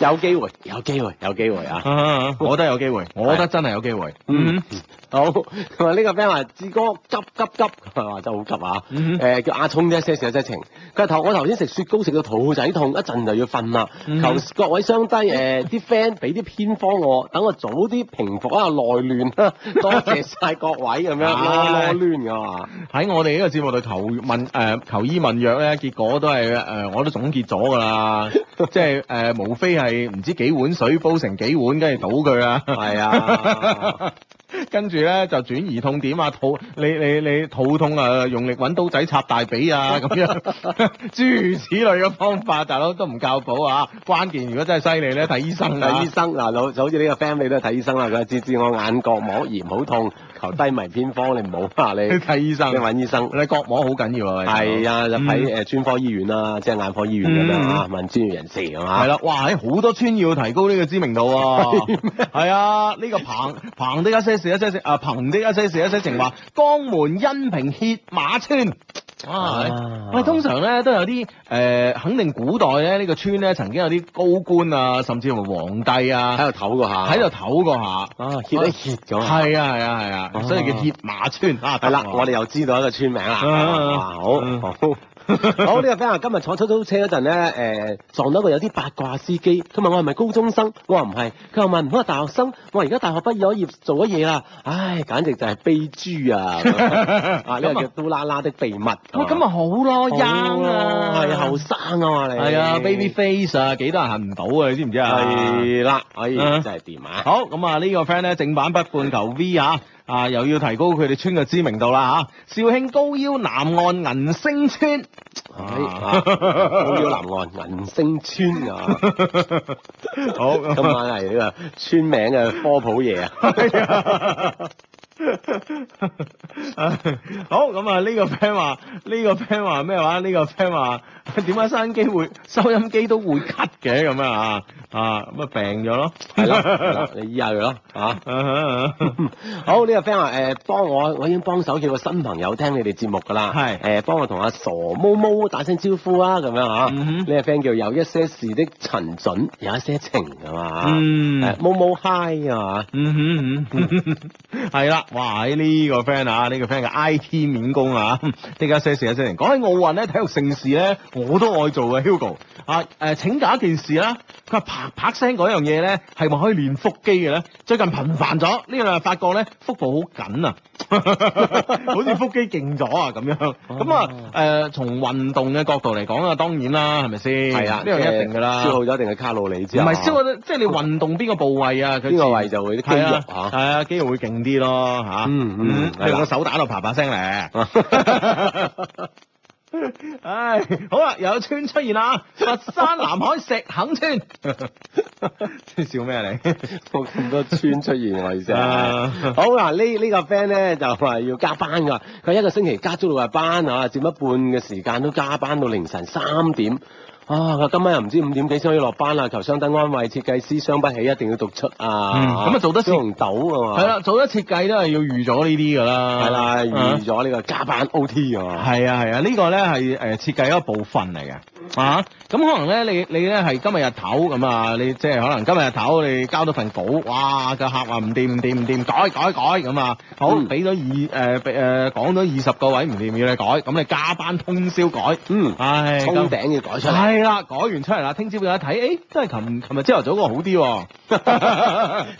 Speaker 3: 有機會，有機會，有機會啊！
Speaker 1: 啊我覺得有機會，我覺得真係有機會。嗯，
Speaker 3: 好，咁啊呢個 friend 話志哥急急急， 佢話真係好急啊！誒、
Speaker 1: 嗯
Speaker 3: 叫阿聰啫，一些事一些情。佢話頭我頭先食雪糕食到肚仔痛，一陣就要瞓啦。
Speaker 1: 嗯
Speaker 3: 求各位雙低誒啲 friend 俾啲偏方我，等我早啲平復一下內亂啦。 多謝晒各位咁樣
Speaker 1: 唉
Speaker 3: 囉囉攣㗎嘛。
Speaker 1: 喺我哋呢個節目度求問誒、呃求醫問藥咧，結果都係誒、呃我都總結咗㗎 啦，即係誒、呃、無非係唔知幾碗水煲成幾碗，跟住倒佢啊。
Speaker 3: 係啊，
Speaker 1: 跟住咧就轉移痛點啊，肚你你你肚痛啊，用力揾刀仔插大髀 啊，咁樣諸如此類嘅方法，大佬都唔靠譜啊！關鍵如果真係犀利咧，睇醫生啊
Speaker 3: 睇醫。生嗱，老就好似呢個 friend 你都係睇醫生啦，佢話治治我眼角膜炎好痛，求低迷偏方，你唔好啊你
Speaker 1: 去， 睇醫生，嗯
Speaker 3: 你揾醫生。
Speaker 1: 你角膜好緊要啊！喂
Speaker 3: 係啊，就
Speaker 1: 嗯
Speaker 3: 喺誒專科醫院啦，即係眼科醫院咁樣啊，問專業人士咁啊。
Speaker 1: 係啦，哇！喺好多村要提高呢個知名度喎。係啊，呢個彭彭的一些事一些情啊，彭的一些事一些情話，江門恩平歇馬村。啊！
Speaker 3: 啊
Speaker 1: 喂，通常咧都有啲誒、呃肯定古代咧呢、個村咧曾經有啲高官啊，甚至乎皇帝啊
Speaker 3: 喺度唞過下，
Speaker 1: 喺度唞過下。
Speaker 3: 啊歇一歇咁啊。
Speaker 1: 係啊係啊係啊，
Speaker 3: 哦
Speaker 1: 所以叫歇馬村啊。
Speaker 3: 係啦，
Speaker 1: 得喎
Speaker 3: 我哋又知道一個村名啦。
Speaker 1: 嗯嗯
Speaker 3: 啊好
Speaker 1: 嗯
Speaker 3: 好 好呢個 friend 話今日坐出租車嗰陣咧，誒撞到一個有啲八卦司機，佢問我係咪高中生，我話唔係，佢又問我係大學生，我話而家大學畢業咗業做咗嘢啦，啊唉，簡直就係悲 豬啊！啊呢個叫嘟啦啦的秘密。
Speaker 1: 喂，咁咪好咯，young 啊，
Speaker 3: 啊係後生啊嘛你。
Speaker 1: 係啊，baby face 啊，幾多人行唔到啊？你知唔知啊？
Speaker 3: 係啦，哎
Speaker 1: 嗯
Speaker 3: 真係掂啊！
Speaker 1: 好咁啊！呢個 friend 咧正版不半球 V 啊，啊又要提高佢哋村嘅知名度啦嚇。肇慶高腰南岸銀星村， 啊
Speaker 3: 好啊咗南岸銀星村啊！
Speaker 1: 好
Speaker 3: 今晚係呢個村名嘅科普嘢啊！
Speaker 1: 好咁啊！呢個 friend 話，呢個 friend 話咩話？呢個 friend 話點解收音機會收音機都會咳嘅咁啊啊咁啊病咗咯，
Speaker 3: 係咯係咯，你依下佢咯嚇。好呢、個 friend 話誒幫我，我已經幫手叫個新朋友聽你哋節目㗎啦。
Speaker 1: 係
Speaker 3: 誒、幫我同阿傻毛毛打聲招呼啊，咁樣嚇。
Speaker 1: 嗯哼
Speaker 3: 呢、個 friend 叫有一些事的陳準，有一些情㗎嘛。
Speaker 1: 嗯
Speaker 3: 誒毛毛 hi 啊嘛。
Speaker 1: 嗯哼嗯哼，係啦，哇！呢、個 friend 啊，呢、個 friend 嘅 I T 面工啊， 呢家些事啊，些人講起奧運咧，體育盛事咧，我都愛做嘅 Hugo 啊誒、請教一件事啦，佢話啪啪聲嗰樣嘢咧，係咪可以練腹肌嘅咧？最近頻繁咗，呢兩日發覺咧腹部好緊啊， 好似腹肌勁咗啊咁樣。咁啊誒，從運動嘅角度嚟講啊，當然啦，係咪先？
Speaker 3: 係啊，
Speaker 1: 嗯呢樣一
Speaker 3: 即係
Speaker 1: 定㗎啦。
Speaker 3: 消耗咗一定嘅卡路里之
Speaker 1: 唔
Speaker 3: 後。啊
Speaker 1: 係燒嗰啲，即係你運動邊個部位啊？佢
Speaker 3: 邊個位就會啲肌肉
Speaker 1: 係
Speaker 3: 嚇
Speaker 1: 啊，係啊，肌肉會勁啲咯嚇。
Speaker 3: 嗯嗯係啦
Speaker 1: 你用個手打到啪啪聲 咧。唉，好啦，又有村出現啦，佛山南海石肯村。 笑咩啊你？
Speaker 3: 冇咁多村出現，我意思係。
Speaker 1: 啊
Speaker 3: 好嗱，呢呢個 friend 咧就話要加班㗎，佢一個星期加足六日班啊，佔一半嘅時間都加班到凌晨三點。啊！佢今晚又唔知五點幾先可以落班啦，求相等安慰，設計師傷不起，一定要讀出
Speaker 1: 嗯
Speaker 3: 啊！
Speaker 1: 咁啊做得
Speaker 3: 小紅豆啊嘛，
Speaker 1: 係啦，做咗設計都係要預咗呢啲㗎啦。
Speaker 3: 係啦，
Speaker 1: 啊
Speaker 3: 預咗呢個加班 O T 啊嘛，
Speaker 1: 係啊係啊，呢、個咧係誒設計一部分嚟嘅啊。咁可能咧你你咧係今日日頭咁啊，你即係可能今日日頭你交到份稿，哇個客話唔掂唔掂唔掂，改改改咁啊，好
Speaker 3: 嗯
Speaker 1: 俾咗二誒呃俾誒講咗二十個位唔掂要你改，咁你加班通宵改，
Speaker 3: 嗯
Speaker 1: 唉
Speaker 3: 衝
Speaker 1: 咁
Speaker 3: 頂要改出嚟。
Speaker 1: 係啦，改完出嚟啦，聽朝俾我一睇，誒真係琴琴日朝頭早個好啲喎、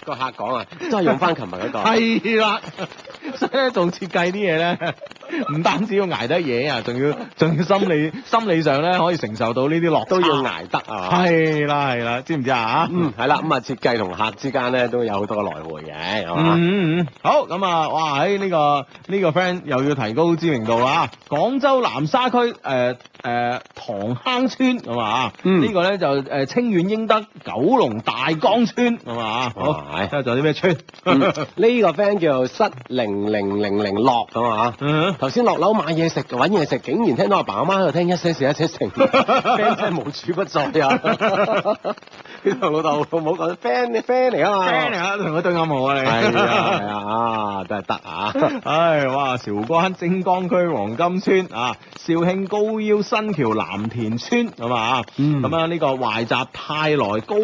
Speaker 3: 個客講啊，都係用翻琴日嗰個。
Speaker 1: 係啦， 所以咧做設計啲嘢 咧，唔單止要捱得嘢啊，仲要仲要心理心理上咧可以承受到呢啲落差
Speaker 3: 都要。捱得啊！
Speaker 1: 係啦係啦，知唔知啊？
Speaker 3: 嗯，係啦，咁啊設計同客之間咧都有好多個來回嘅，係嘛？
Speaker 1: 嗯嗯嗯，好咁啊，哇！喺、呢個呢、個 friend 又要提高知名度啦。廣州南沙區誒誒塘坑村咁啊，
Speaker 3: 嗯
Speaker 1: 呢個咧就誒清遠英德九龍大江村咁啊，好
Speaker 3: 哇係
Speaker 1: 睇下仲有啲咩村？
Speaker 3: 嗯呢個 friend 叫做失零零零零落咁啊！
Speaker 1: 嗯
Speaker 3: 頭先落樓買嘢食，揾嘢食，竟然聽到阿爸阿媽喺度聽一些事一 些情，friend 真係無處不在啊！呢同老豆老母講 friend 你 friend 嚟啊嘛
Speaker 1: friend 嚟啊，同佢對暗號啊你。
Speaker 3: 係啊係啊，啊真係得啊！
Speaker 1: 唉，哇！韶關正江區黃金村啊，肇慶高腰新橋藍田村咁啊，
Speaker 3: 嗯
Speaker 1: 咁啊呢個懷集泰來高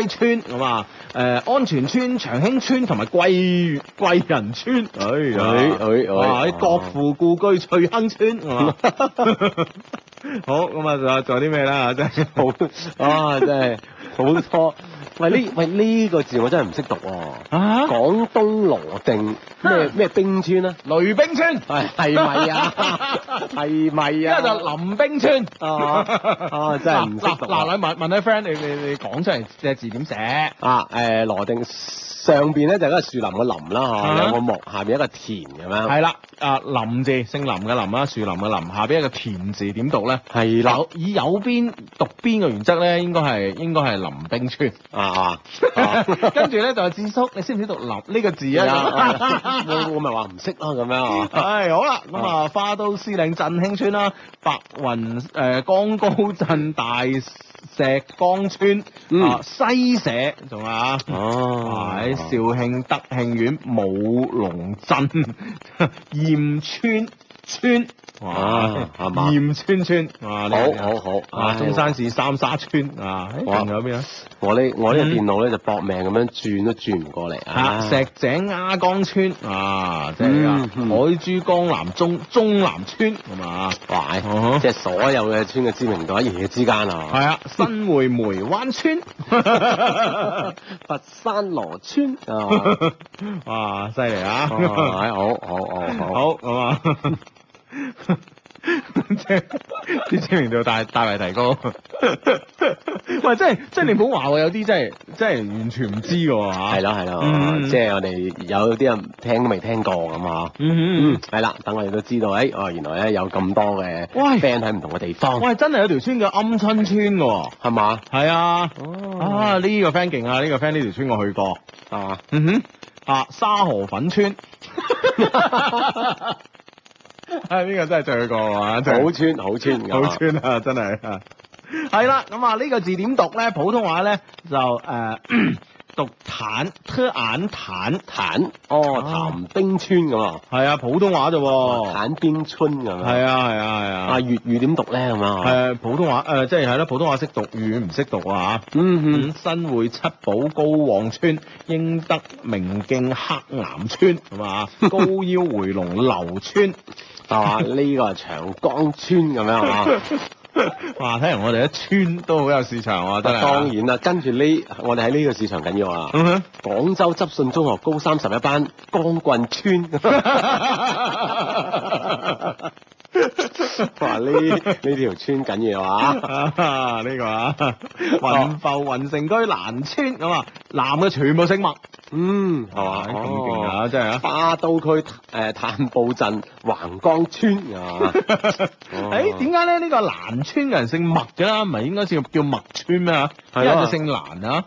Speaker 1: 街村咁啊，誒、安全村、長興村同埋貴貴人村，哎呀，
Speaker 3: 哎哎哎
Speaker 1: 哇！喺國父故居翠亨村係 嘛，啊 好咁啊，仲有仲有啲咩啦？真係
Speaker 3: 好啊，真係好多喂呢喂呢個字我真係唔識讀喎。
Speaker 1: 啊
Speaker 3: 廣東羅定咩咩冰川啊？
Speaker 1: 雷冰村
Speaker 3: 係係咪 啊？係咪
Speaker 1: 一
Speaker 3: 啊？
Speaker 1: 就林冰村，
Speaker 3: 啊啊真係唔識
Speaker 1: 嗱
Speaker 3: 讀啊
Speaker 1: 嗱，你問問啲 friend，你你你講出嚟隻字點寫？
Speaker 3: 啊誒羅定上邊咧就係嗰個樹林個林啦
Speaker 1: 啊
Speaker 3: 嚇，兩個木，下邊一個田咁樣。
Speaker 1: 係啦，啊林字，姓林嘅林啦，啊樹林嘅林，下邊一個田字點讀咧？
Speaker 3: 係啦，
Speaker 1: 有以有邊讀邊嘅原則咧，應該係應該係林冰村。
Speaker 3: 啊啊！
Speaker 1: 跟住咧就係智叔，你識唔識讀林呢個字
Speaker 3: 係
Speaker 1: 啊？
Speaker 3: 啊我我咪話唔識咯咁樣啊。
Speaker 1: 唉，好啦，咁啊，花都司令振興村啦，白雲誒、呃江高鎮大石崗村，
Speaker 3: 嗯
Speaker 1: 啊西社仲有啊。
Speaker 3: 哦
Speaker 1: 喺肇慶德慶縣武龍鎮 鹽村村，
Speaker 3: 啊係嘛啊
Speaker 1: 鹽村村，哇！呢個
Speaker 3: 好好好
Speaker 1: 啊！
Speaker 3: 唉
Speaker 1: 中山市三沙村啊，誒
Speaker 3: 哇
Speaker 1: 仲有邊啊？
Speaker 3: 我呢我呢個
Speaker 1: 嗯
Speaker 3: 電腦咧就搏命咁樣轉都轉唔過嚟
Speaker 1: 啊！
Speaker 3: 啊！
Speaker 1: 石井丫江村啊，即係啊，
Speaker 3: 嗯嗯
Speaker 1: 海珠江南中中南村咁啊，
Speaker 3: 哇！
Speaker 1: 哦
Speaker 3: 即係所有嘅村嘅知名度一夜之間啊！
Speaker 1: 係啊，新會梅灣村，
Speaker 3: 佛山羅村啊！
Speaker 1: 哇！犀利啊！
Speaker 3: 哇唉好好好好，
Speaker 1: 好咁啊， 即係啲知名度大大為提高。 喂，真係真係你唔好話喎，有啲真係真係完全唔知嘅喎嚇。
Speaker 3: 係咯係咯
Speaker 1: 嗯，
Speaker 3: 即係我哋有啲人聽都未聽過咁啊！
Speaker 1: 嗯
Speaker 3: 嗯
Speaker 1: 嗯，
Speaker 3: 係啦，等我哋都知道，誒，哦，原來咧有咁多嘅
Speaker 1: 喂
Speaker 3: friend 喺唔同嘅地
Speaker 1: 嗯，
Speaker 3: 方，
Speaker 1: 喂，真係有條村叫鵪鶉村嘅喎。
Speaker 3: 係嘛？
Speaker 1: 係啊，
Speaker 3: 哦，
Speaker 1: 啊呢個 friend 勁啊，呢個 friend 呢條村我去過。
Speaker 3: 係嘛？
Speaker 1: 嗯哼，啊沙河粉 村。啊！呢個真係最去過啊，真係
Speaker 3: 好村好村㗎
Speaker 1: 好
Speaker 3: 嘛，
Speaker 1: 村啊，真係啊。係啦，咁啊呢個字點讀咧？普通話咧就誒、呃讀坦，t 眼坦。
Speaker 3: 坦哦，
Speaker 1: 啊
Speaker 3: 潭冰村咁啊，
Speaker 1: 係啊，普通話啫喎。
Speaker 3: 坦冰村咁啊
Speaker 1: 係。啊，係啊，係
Speaker 3: 啊
Speaker 1: 哦啊。
Speaker 3: 粵語點讀咧咁
Speaker 1: 誒、
Speaker 3: 啊？
Speaker 1: 普通話誒、呃即係係啦，普通話識讀，粵語唔識讀啊嚇。
Speaker 3: 嗯
Speaker 1: 嗯，新會七寶高旺村、英德明徑黑岩村係 嘛？高腰回龍樓村，
Speaker 3: 哼，係嘛？呢個係長江村咁樣 啊，
Speaker 1: 哇！睇嚟我哋一村都好有市場喎、啊，真係。
Speaker 3: 當。然啦，跟住呢，我哋喺呢個市場緊要啊。
Speaker 1: 嗯哼。
Speaker 3: 廣州執信中學高三十一班光棍村， 哇！呢呢條村緊要啊，
Speaker 1: 啊！呢個啊， 雲浮雲城居蘭村咁啊，男嘅全部姓麥，
Speaker 3: 嗯，係
Speaker 1: 哇
Speaker 3: 嘛？
Speaker 1: 咁勁啊！
Speaker 3: 哦！
Speaker 1: 真係啊！
Speaker 3: 花都區誒炭埔鎮橫江村 啊，哦
Speaker 1: 誒哎點解咧？呢個蘭村嘅人姓麥㗎啦，唔係應該叫叫麥村咩啊？因
Speaker 3: 係咯
Speaker 1: 為佢姓蘭啊，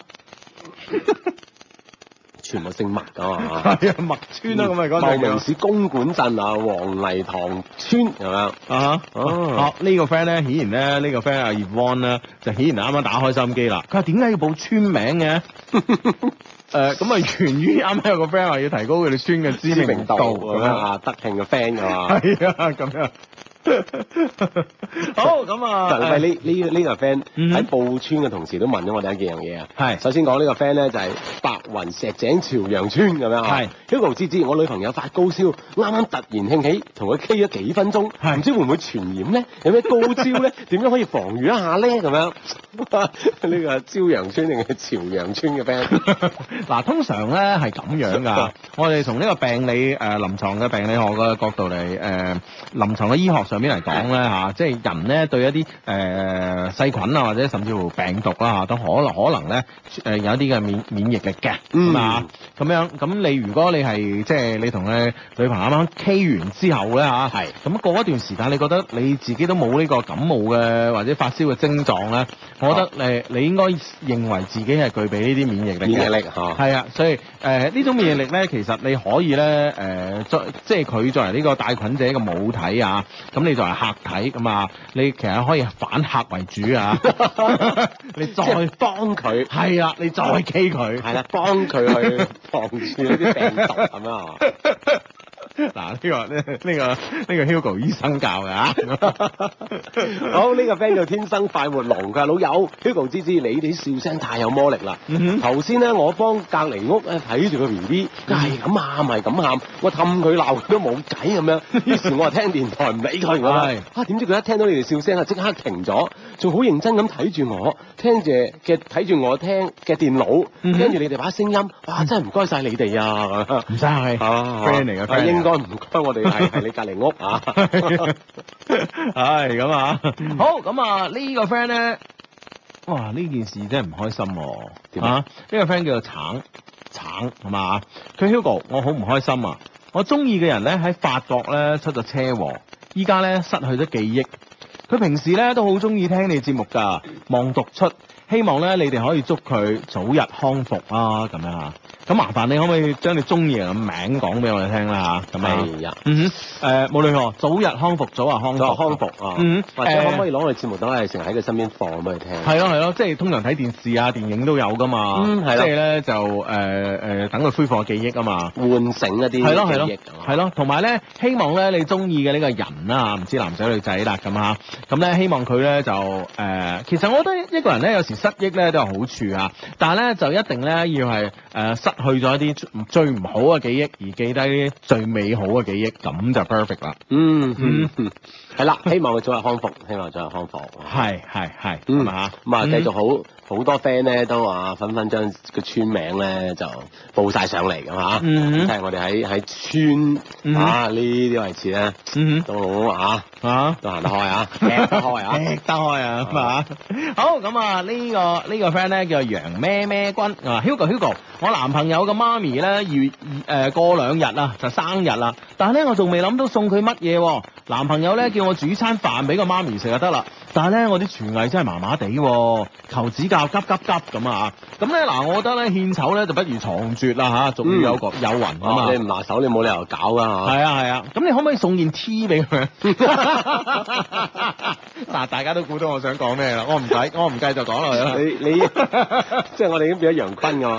Speaker 3: 全部 姓麥㗎嘛。
Speaker 1: 係啊，麥村啊，咁咪嗰
Speaker 3: 嗯茂
Speaker 1: 度
Speaker 3: 名
Speaker 1: 叫
Speaker 3: 市公館鎮啊，黃泥塘村咁樣。
Speaker 1: 啊！
Speaker 3: 哦
Speaker 1: 哦，呢個 friend 咧，顯然咧，呢個 friend 阿 Evan 咧，就顯然啱啱打開心機啦。佢話點解要報村名 嘅？誒咁啊，源於啱啱有個 friend 話要提高佢哋村嘅知
Speaker 3: 知
Speaker 1: 名
Speaker 3: 名
Speaker 1: 度
Speaker 3: 度
Speaker 1: 咁
Speaker 3: 咁樣
Speaker 1: 樣
Speaker 3: 啊，德慶嘅 friend 㗎嘛。
Speaker 1: 係啊，咁樣。 好，咁啊，
Speaker 3: 喂，呢呢呢個 friend
Speaker 1: 嗯
Speaker 3: 喺報村嘅同時都問咗我哋一樣嘢啊。
Speaker 1: 係
Speaker 3: 首先講呢個 friend 咧就係白雲石井朝陽村咁樣啊。
Speaker 1: 係
Speaker 3: Hugo 芝芝，我女朋友發高燒，啱啱突然興起，同佢 K 咗幾分鐘，
Speaker 1: 係
Speaker 3: 唔知會唔會傳染咧？有咩高招 咧？點樣可以防禦一下咧？咁樣呢個係朝陽村定係朝陽村嘅 friend？
Speaker 1: 嗱，通常咧係咁樣噶，我哋從呢個病理誒、呃、臨床嘅病理學嘅角度嚟誒、呃、臨床嘅醫學上面嚟講咧嚇，即係人咧對一啲誒、呃、細菌啊或者甚至乎病毒啦嚇，都可能可能咧誒、呃有一啲嘅免免疫力嘅
Speaker 3: 嗯
Speaker 1: 咁啊，咁樣咁你如果你係即係你同你女朋友啱啱 K 完之後咧嚇，係咁過一段時間，你覺得你自己都冇呢個感冒嘅或者發燒嘅症狀咧，我覺得誒你應該認為自己係具備呢啲免疫力嘅
Speaker 3: 免疫力哦嚇。
Speaker 1: 係啊，所以誒呢、種免疫力咧，其實你可以咧誒作即係佢作為呢個帶菌者嘅母體啊，咁你作為客體咁啊，你其實可以反客為主 啊， 你再
Speaker 3: 即係幫佢，
Speaker 1: 係啦，你再 K 佢，
Speaker 3: 係啦，幫佢去防住呢啲病毒咁樣啊。
Speaker 1: 嗱呢個呢呢個呢個 Hugo 醫生教啊 㗎
Speaker 3: 好呢、個 friend 叫天生快活龍，佢話老友 Hugo 芝芝，你哋啲笑聲太有魔力啦
Speaker 1: 嗯哼。
Speaker 3: 頭先咧，我幫隔離屋咧睇住個 B B，係咁喊，係咁喊，我氹佢鬧佢都冇計咁樣。於是我話聽電台唔理佢
Speaker 1: 係
Speaker 3: 咁樣。啊，點知佢一聽到你哋笑聲啊，即刻停咗，仲好認真咁睇住我，聽住嘅睇住我聽嘅電腦，
Speaker 1: 嗯哼
Speaker 3: 跟住你哋把聲音，哇！真係唔該晒你哋啊！ 咁樣
Speaker 1: 唔使係
Speaker 3: 啊
Speaker 1: friend 嚟嘅 friend 嚟
Speaker 3: 啊
Speaker 1: 嘅
Speaker 3: 應該唔該我哋係係你隔離屋啊。
Speaker 1: 唉，咁啊，好咁啊，呢個 friend 咧，哇，呢件事真係唔開心喎、
Speaker 3: 點
Speaker 1: 啊！
Speaker 3: 啊
Speaker 1: 呢個 friend 叫做橙橙，係嘛？佢 Hugo，我好唔開心啊！我中意嘅人咧喺法國咧出咗車禍，依家咧失去咗記憶。佢平時咧都好中意聽你節目㗎，望讀出，希望咧你哋可以祝佢早日康復啦、咁樣啊！咁麻煩你可唔可以將你中意嘅人嘅名講俾我哋聽啦嚇？咁啊。
Speaker 3: 係啊。
Speaker 1: 嗯哼，誒無論如何，早日康復，早日康復，
Speaker 3: 早日康復啊！
Speaker 1: 嗯
Speaker 3: 或者可唔
Speaker 1: 誒
Speaker 3: 可以攞我哋節目等係成日喺佢身邊放俾佢聽？
Speaker 1: 係咯係咯，即係通常睇電視啊、電影都有噶嘛，
Speaker 3: 嗯係
Speaker 1: 即
Speaker 3: 啦
Speaker 1: 係咧就誒誒等佢恢復記憶啊嘛。
Speaker 3: 喚醒一啲
Speaker 1: 係咯係咯
Speaker 3: 記憶啊
Speaker 1: 係咯，同埋咧，希望咧你中意嘅呢個人啦，唔知男仔女仔啦咁啊，咁咧希望佢咧就誒、呃其實我覺得一個人咧有時失憶咧都有好處啊，但係咧就一定咧要係誒、呃失去咗一啲最唔好嘅記憶，而記低最美好嘅記憶，咁就 perfect 啦。
Speaker 3: 嗯
Speaker 1: 嗯
Speaker 3: 嗯嗯，係啦，希望佢早日康復，希望早日康復。
Speaker 1: 係係係，係
Speaker 3: 嗯
Speaker 1: 咪啊
Speaker 3: 咁啊，繼
Speaker 1: 嗯
Speaker 3: 續好好多 friend 咧都話紛紛將個村名咧就報晒上嚟咁嚇，
Speaker 1: 嗯
Speaker 3: 即係我哋喺
Speaker 1: 嗯
Speaker 3: 喺村啊呢啲位置咧
Speaker 1: 嗯
Speaker 3: 都好啊
Speaker 1: 哼啊。
Speaker 3: 都行得開啊，吃得開 啊，
Speaker 1: 劈得開啊，咁啊， 好咁啊，呢個呢個 friend 咧叫楊咩咩君啊，Hugo Hugo，我男朋友嘅媽咪咧月誒過兩日啊就生日啦，但係咧我仲未諗到送佢乜嘢喎，男朋友咧叫我煮餐飯俾個媽咪食就得啦，但係咧我啲廚藝真係麻麻地喎，求指教急急急咁啊，咁咧嗱，我覺得咧獻醜咧就不如藏拙啦吓，仲要有個有雲啊嘛
Speaker 3: 嗯啊。你唔拿手你冇理由搞噶嚇。
Speaker 1: 係啊係啊，咁你可唔可以送件 T 俾佢？嗱，大家都估到我想講咩啦，我唔使，我唔繼續講落去啦。
Speaker 3: 你 你即係我哋已經變咗楊坤 啊㗎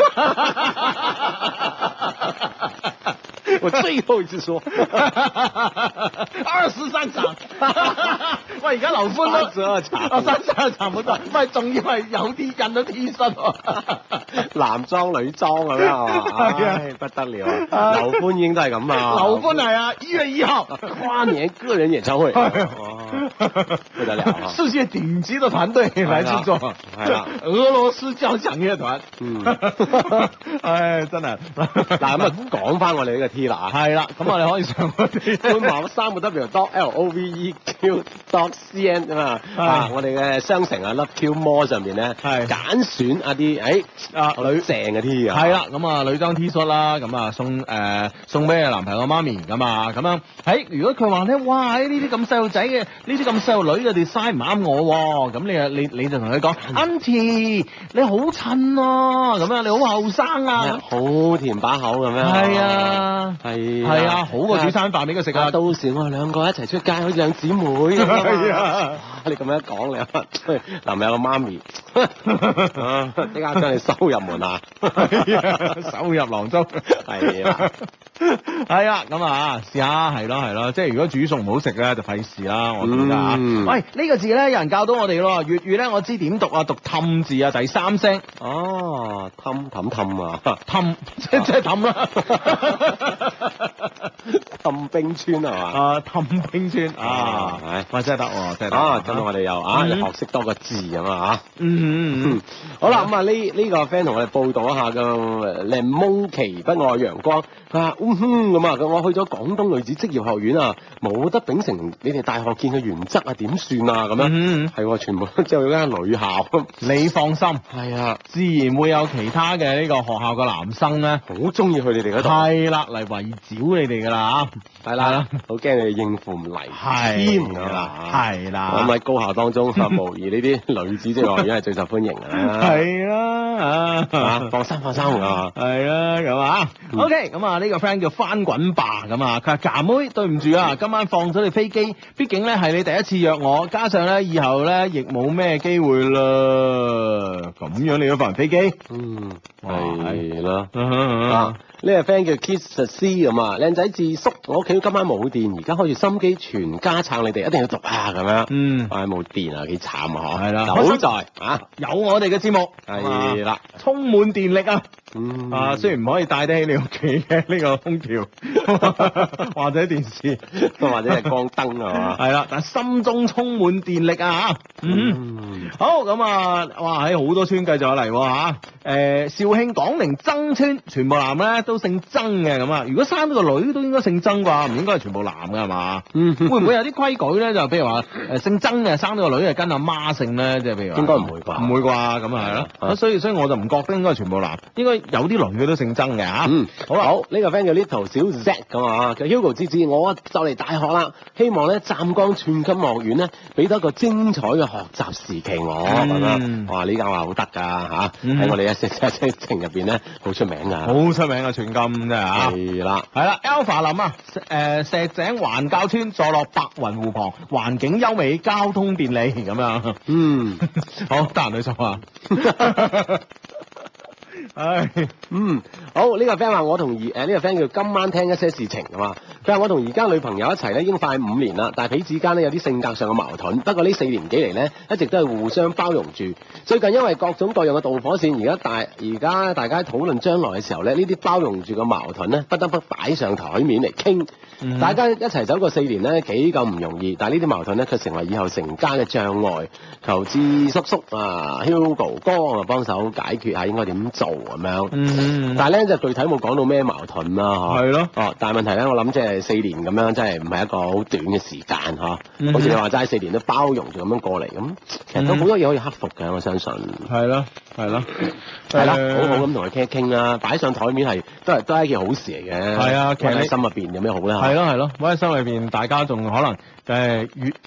Speaker 3: 嘛。我最後一次說，
Speaker 1: 二十三場， 喂，而家劉 歡都
Speaker 3: 三十二場
Speaker 1: 啊，三十二場冇得，喂，仲要係有啲印咗 T 恤喎。
Speaker 3: 男裝女裝咁 樣係嘛？
Speaker 1: 係啊
Speaker 3: 唉，不得了啊！劉歡英都係咁啊！
Speaker 1: 劉歡係啊，一月一號。
Speaker 3: 跨年個人演唱會，
Speaker 1: 啊
Speaker 3: 哦不得了啊
Speaker 1: 世界頂級的團隊來制作，
Speaker 3: 係啦
Speaker 1: 俄羅斯交響樂團，
Speaker 3: 嗯
Speaker 1: 唉，真係
Speaker 3: 嗱
Speaker 1: 嗱
Speaker 3: 咁啊，講翻我哋呢個 T 啦
Speaker 1: 係啦，咁我哋可以上我
Speaker 3: 啊 官
Speaker 1: 哋。
Speaker 3: 網三個 W dot L O V E Q dot C N 啊嘛，啊
Speaker 1: 係
Speaker 3: 我哋嘅商城啊 Love Q More 上面咧，
Speaker 1: 係
Speaker 3: 揀選一啲誒
Speaker 1: 啊
Speaker 3: 女正嘅 T 啊，
Speaker 1: 係啦，咁啊女裝 T 恤啦，咁啊送誒、呃送俾你男朋友媽咪咁啊，咁樣，喺如果佢話咧，哇，喺呢啲咁細路仔嘅，呢啲咁細路女嘅 design 唔啱我喎，咁你啊你你就同佢講，Auntie 你好襯啊，咁樣你好後生
Speaker 3: 係，
Speaker 1: 啊，
Speaker 3: 好甜把口咁樣，
Speaker 1: 係啊。
Speaker 3: 係
Speaker 1: 係啊，好過煮餐飯俾佢食啊！
Speaker 3: 到時我哋兩個一齊出街，好似兩姊妹咁啊嘛
Speaker 1: 係啊
Speaker 3: 哇你咁樣講你啊，嘿男朋友嘅媽咪，啊 即刻將你收入門啊！
Speaker 1: 手入囊中，
Speaker 3: 係啦，
Speaker 1: 係啦，咁啊，試下係咯係咯，即係如果煮餸唔好食咧，就費事啦，我覺得啊。
Speaker 3: 嗯
Speaker 1: 喂，呢個字咧，有人教到我哋咯，粵語咧，我知點讀啊，讀氹字啊，第三聲
Speaker 3: 哦，氹氹氹啊，
Speaker 1: 氹， 即即係氹 啦。
Speaker 3: 氹冰川啊嘛，
Speaker 1: 啊，氹冰川啊
Speaker 3: 啊，
Speaker 1: 喂，真係得喎，真係得喎
Speaker 3: 啊，真係我哋又啊，
Speaker 1: 嗯
Speaker 3: 又學識多個字咁啊嚇。
Speaker 1: 嗯嗯
Speaker 3: 嗯，好啦，咁啊呢呢個 friend 同我哋報道一下個檸檬奇不愛陽光，佢話嗯哼咁啊，佢我去咗廣東女子職業學院啊，冇得秉承你哋大學見嘅原則啊，點算啊咁
Speaker 1: 嗯
Speaker 3: 樣？
Speaker 1: 嗯，
Speaker 3: 係喎，全部都 即係嗰間女校，
Speaker 1: 你放心，
Speaker 3: 係啊，
Speaker 1: 自然會有其他嘅呢個學校嘅男生咧。
Speaker 3: 好中意去你哋嗰度，
Speaker 1: 係啦，嚟圍剿你哋噶啦啊
Speaker 3: 係
Speaker 1: 係啦
Speaker 3: 啦，好驚你哋應付唔嚟，
Speaker 1: 嚇，
Speaker 3: 添
Speaker 1: 係
Speaker 3: 㗎
Speaker 1: 啦，
Speaker 3: 啦，
Speaker 1: 係
Speaker 3: 咁
Speaker 1: 啦，
Speaker 3: 喺高 校當中啊，無疑呢啲女子職業學院係最受歡迎㗎啦，
Speaker 1: 係啦，
Speaker 3: 啊，放心放心啊。
Speaker 1: 係啦，咁啊，OK，咁啊呢個 friend 叫翻滾吧咁啊，佢話㗎妹對唔住啊，今晚放咗你飛機，畢竟咧係你第一次約我，加上咧以後咧亦冇咩機會啦，咁樣你都放人飛機，
Speaker 3: 嗯，
Speaker 1: 哇
Speaker 3: 係啦。
Speaker 1: 啊
Speaker 3: 啊，呢個 friend 叫 Kiss C 咁啊，靚仔智叔，我屋企今晚冇電，而家開住心機全家撐你哋，一定要讀啊咁樣。
Speaker 1: 嗯
Speaker 3: 唉，冇電啊，幾慘啊！嗬。
Speaker 1: 係啦
Speaker 3: 好在啊，
Speaker 1: 有我哋嘅節目，
Speaker 3: 係啦，
Speaker 1: 充滿電力啊！
Speaker 3: 嗯
Speaker 1: 啊，雖然唔可以帶得起你屋企嘅呢個空 調或者電視，
Speaker 3: 或者係光燈啊嘛。
Speaker 1: 係啦，但心中充滿電力啊！嗯。
Speaker 3: 嗯，
Speaker 1: 好咁啊！哇，喺好多村繼續有嚟喎嚇。誒，肇慶廣寧曾村全部男咧都姓曾嘅咁啊。如果生咗個女都應該姓曾啩，唔應該係全部男嘅係嘛？
Speaker 3: 嗯
Speaker 1: 會唔會有啲規矩咧？就譬如話誒姓曾嘅生咗個女係跟阿媽姓咧，即係譬如話
Speaker 3: 應該唔會啩
Speaker 1: 唔會啩咁啊係咯。
Speaker 3: 啊
Speaker 1: 咁所以所以我就唔覺得應該係全部男，應該有啲女嘅都姓曾嘅嚇。
Speaker 3: 嗯，
Speaker 1: 好
Speaker 3: 好
Speaker 1: 啦
Speaker 3: 啦，，好呢個 friend 叫 Little 小 Z 咁啊，叫 Hugo 芝芝，我就嚟大學啦，希望咧湛江寸金學院咧俾多一個精彩嘅學習時期我咁
Speaker 1: 嗯
Speaker 3: 樣，哇呢間話好得㗎嚇，
Speaker 1: 嗯
Speaker 3: 喺我哋一些一些情入邊咧好出名
Speaker 1: 好
Speaker 3: 㗎，
Speaker 1: 出名嘅全金真係啊！
Speaker 3: 係啦，
Speaker 1: 係啦，Alpha 林啊，石誒石井環滘村坐落白雲湖旁，環境優美，交通便利咁樣。
Speaker 3: 嗯
Speaker 1: 好，得閒去送 啊。唉，
Speaker 3: 嗯，好呢個 friend 話我同而誒呢個 friend 叫今晚聽一些事情啊嘛，佢話我同而家女朋友一齊咧已經快五年啦，但係彼此間咧有啲性格上嘅矛盾，不過呢四年幾嚟咧一直都係互相包容住。最近因為各種各樣嘅導火線，而家大而家大家討論將來嘅時候咧，呢啲包容住嘅矛盾咧不得不擺上台面嚟傾。
Speaker 1: 嗯
Speaker 3: 大家一齊走過四年咧幾咁唔容易，但係呢啲矛盾咧卻成為以後成家嘅障礙。求智叔叔啊，Hugo 哥啊幫手解決下應該點做咁樣。
Speaker 1: 嗯
Speaker 3: 但係咧就具體冇講到咩矛盾啦，嗬。
Speaker 1: 係咯
Speaker 3: 哦，但係問題咧，我諗即係四年咁樣，真係唔係一個好短嘅時間，嗬。
Speaker 1: 嗯
Speaker 3: 好似你話齋，四年都包容住咁樣過嚟，咁其實都
Speaker 1: 嗯
Speaker 3: 好多嘢可以克服嘅，我相信。
Speaker 1: 係咯，係咯，
Speaker 3: 係啦，
Speaker 1: 嗯誒
Speaker 3: 好好咁同佢傾一傾啦，擺上台面係都係都係一件好事嚟嘅。
Speaker 1: 係啊其實
Speaker 3: 放喺
Speaker 1: 你
Speaker 3: 心入邊有咩好咧？
Speaker 1: 係咯係咯，我喺心裏邊，大家仲可能誒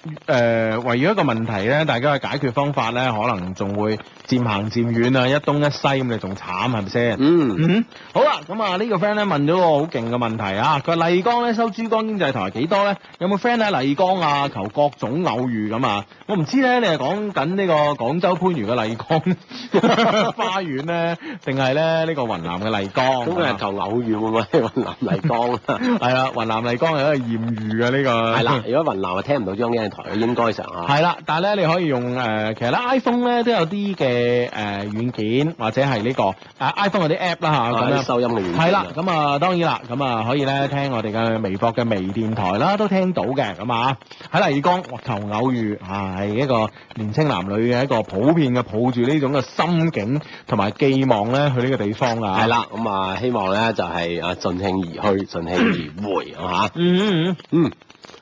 Speaker 1: 越誒圍繞一個問題咧，大家嘅解決方法咧，可能仲會漸行漸遠啊，一東一西咁，你仲慘係咪先？
Speaker 3: 嗯。
Speaker 1: 嗯，好啦，咁啊呢個 friend 咧問咗個好勁嘅問題啊，佢話麗江咧收珠江經濟台幾多咧？有冇 friend 喺麗江啊？求各種偶遇咁啊！我唔知咧，你係講緊呢個廣州番禺嘅麗江 花園咧，定係咧呢個雲南嘅麗江？
Speaker 3: 咁佢係求偶遇會唔會係雲南麗江啊？
Speaker 1: 係啦，雲南麗江係一個豔遇嘅呢個。
Speaker 3: 係啦，如果雲南啊聽唔到中央台，應該上啊。
Speaker 1: 係啦，但係咧你可以用誒、呃其實咧 iPhone 咧都有啲嘅誒軟件或者係呢、個啊 iPhone 嗰啲 app 啦嚇咁
Speaker 3: 啊
Speaker 1: 樣
Speaker 3: 啲。收音嘅軟件啊。
Speaker 1: 係啦，咁啊當然啦，咁啊可以咧聽我哋嘅微博嘅微電台啦，都聽到嘅咁啊。喺麗江哇求偶遇啊，係一個年青男女嘅一個普遍嘅抱住呢種嘅心境同埋寄望咧去呢個地方啊。
Speaker 3: 係，啦，咁啊，希望咧就係啊，盡興而去，盡興而回，咁嚇。
Speaker 1: 嗯嗯
Speaker 3: 嗯，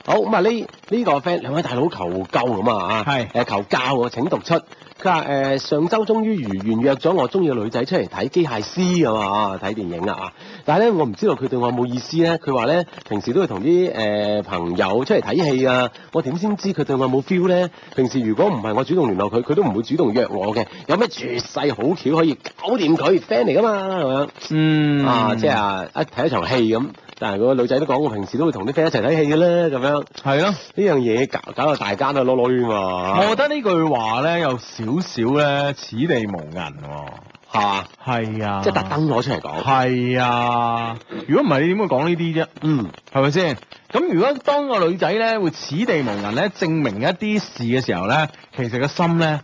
Speaker 3: 好咁啊，呢呢個 friend 兩位大佬求救咁啊嚇，
Speaker 1: 係
Speaker 3: 誒求教喎，請讀出。佢話誒上周終於如願約咗我中意嘅女仔出嚟睇機械師咁啊，睇電影啊。但係咧，我唔知道佢對我有冇意思咧。佢話咧，平時都會同啲誒朋友出嚟睇戲啊。我點先知佢對我有冇 feel 咧？平時如果唔係我主動聯絡佢，佢都唔會主動約我嘅。有咩絕世好橋可以搞掂佢 friend 嚟㗎嘛？咁樣。
Speaker 1: 嗯
Speaker 3: 啊，即係啊一睇一場戲咁，但係個女仔都講，我平時都會同啲 friend 一齊睇戲嘅咧，咁樣呢
Speaker 1: 係咯。
Speaker 3: 樣嘢搞搞到大家都攞攞冤
Speaker 1: 我
Speaker 3: 喎，
Speaker 1: 覺得呢句話咧有少少咧此地無銀喎、
Speaker 3: 係嘛？
Speaker 1: 係啊，
Speaker 3: 即係特。登攞出嚟講，
Speaker 1: 係啊，如果唔係你點會講呢啲啫？
Speaker 3: 嗯，
Speaker 1: 係咪先？咁如果當個女仔咧會此地無銀咧，證明一啲事嘅時候咧，其實個心咧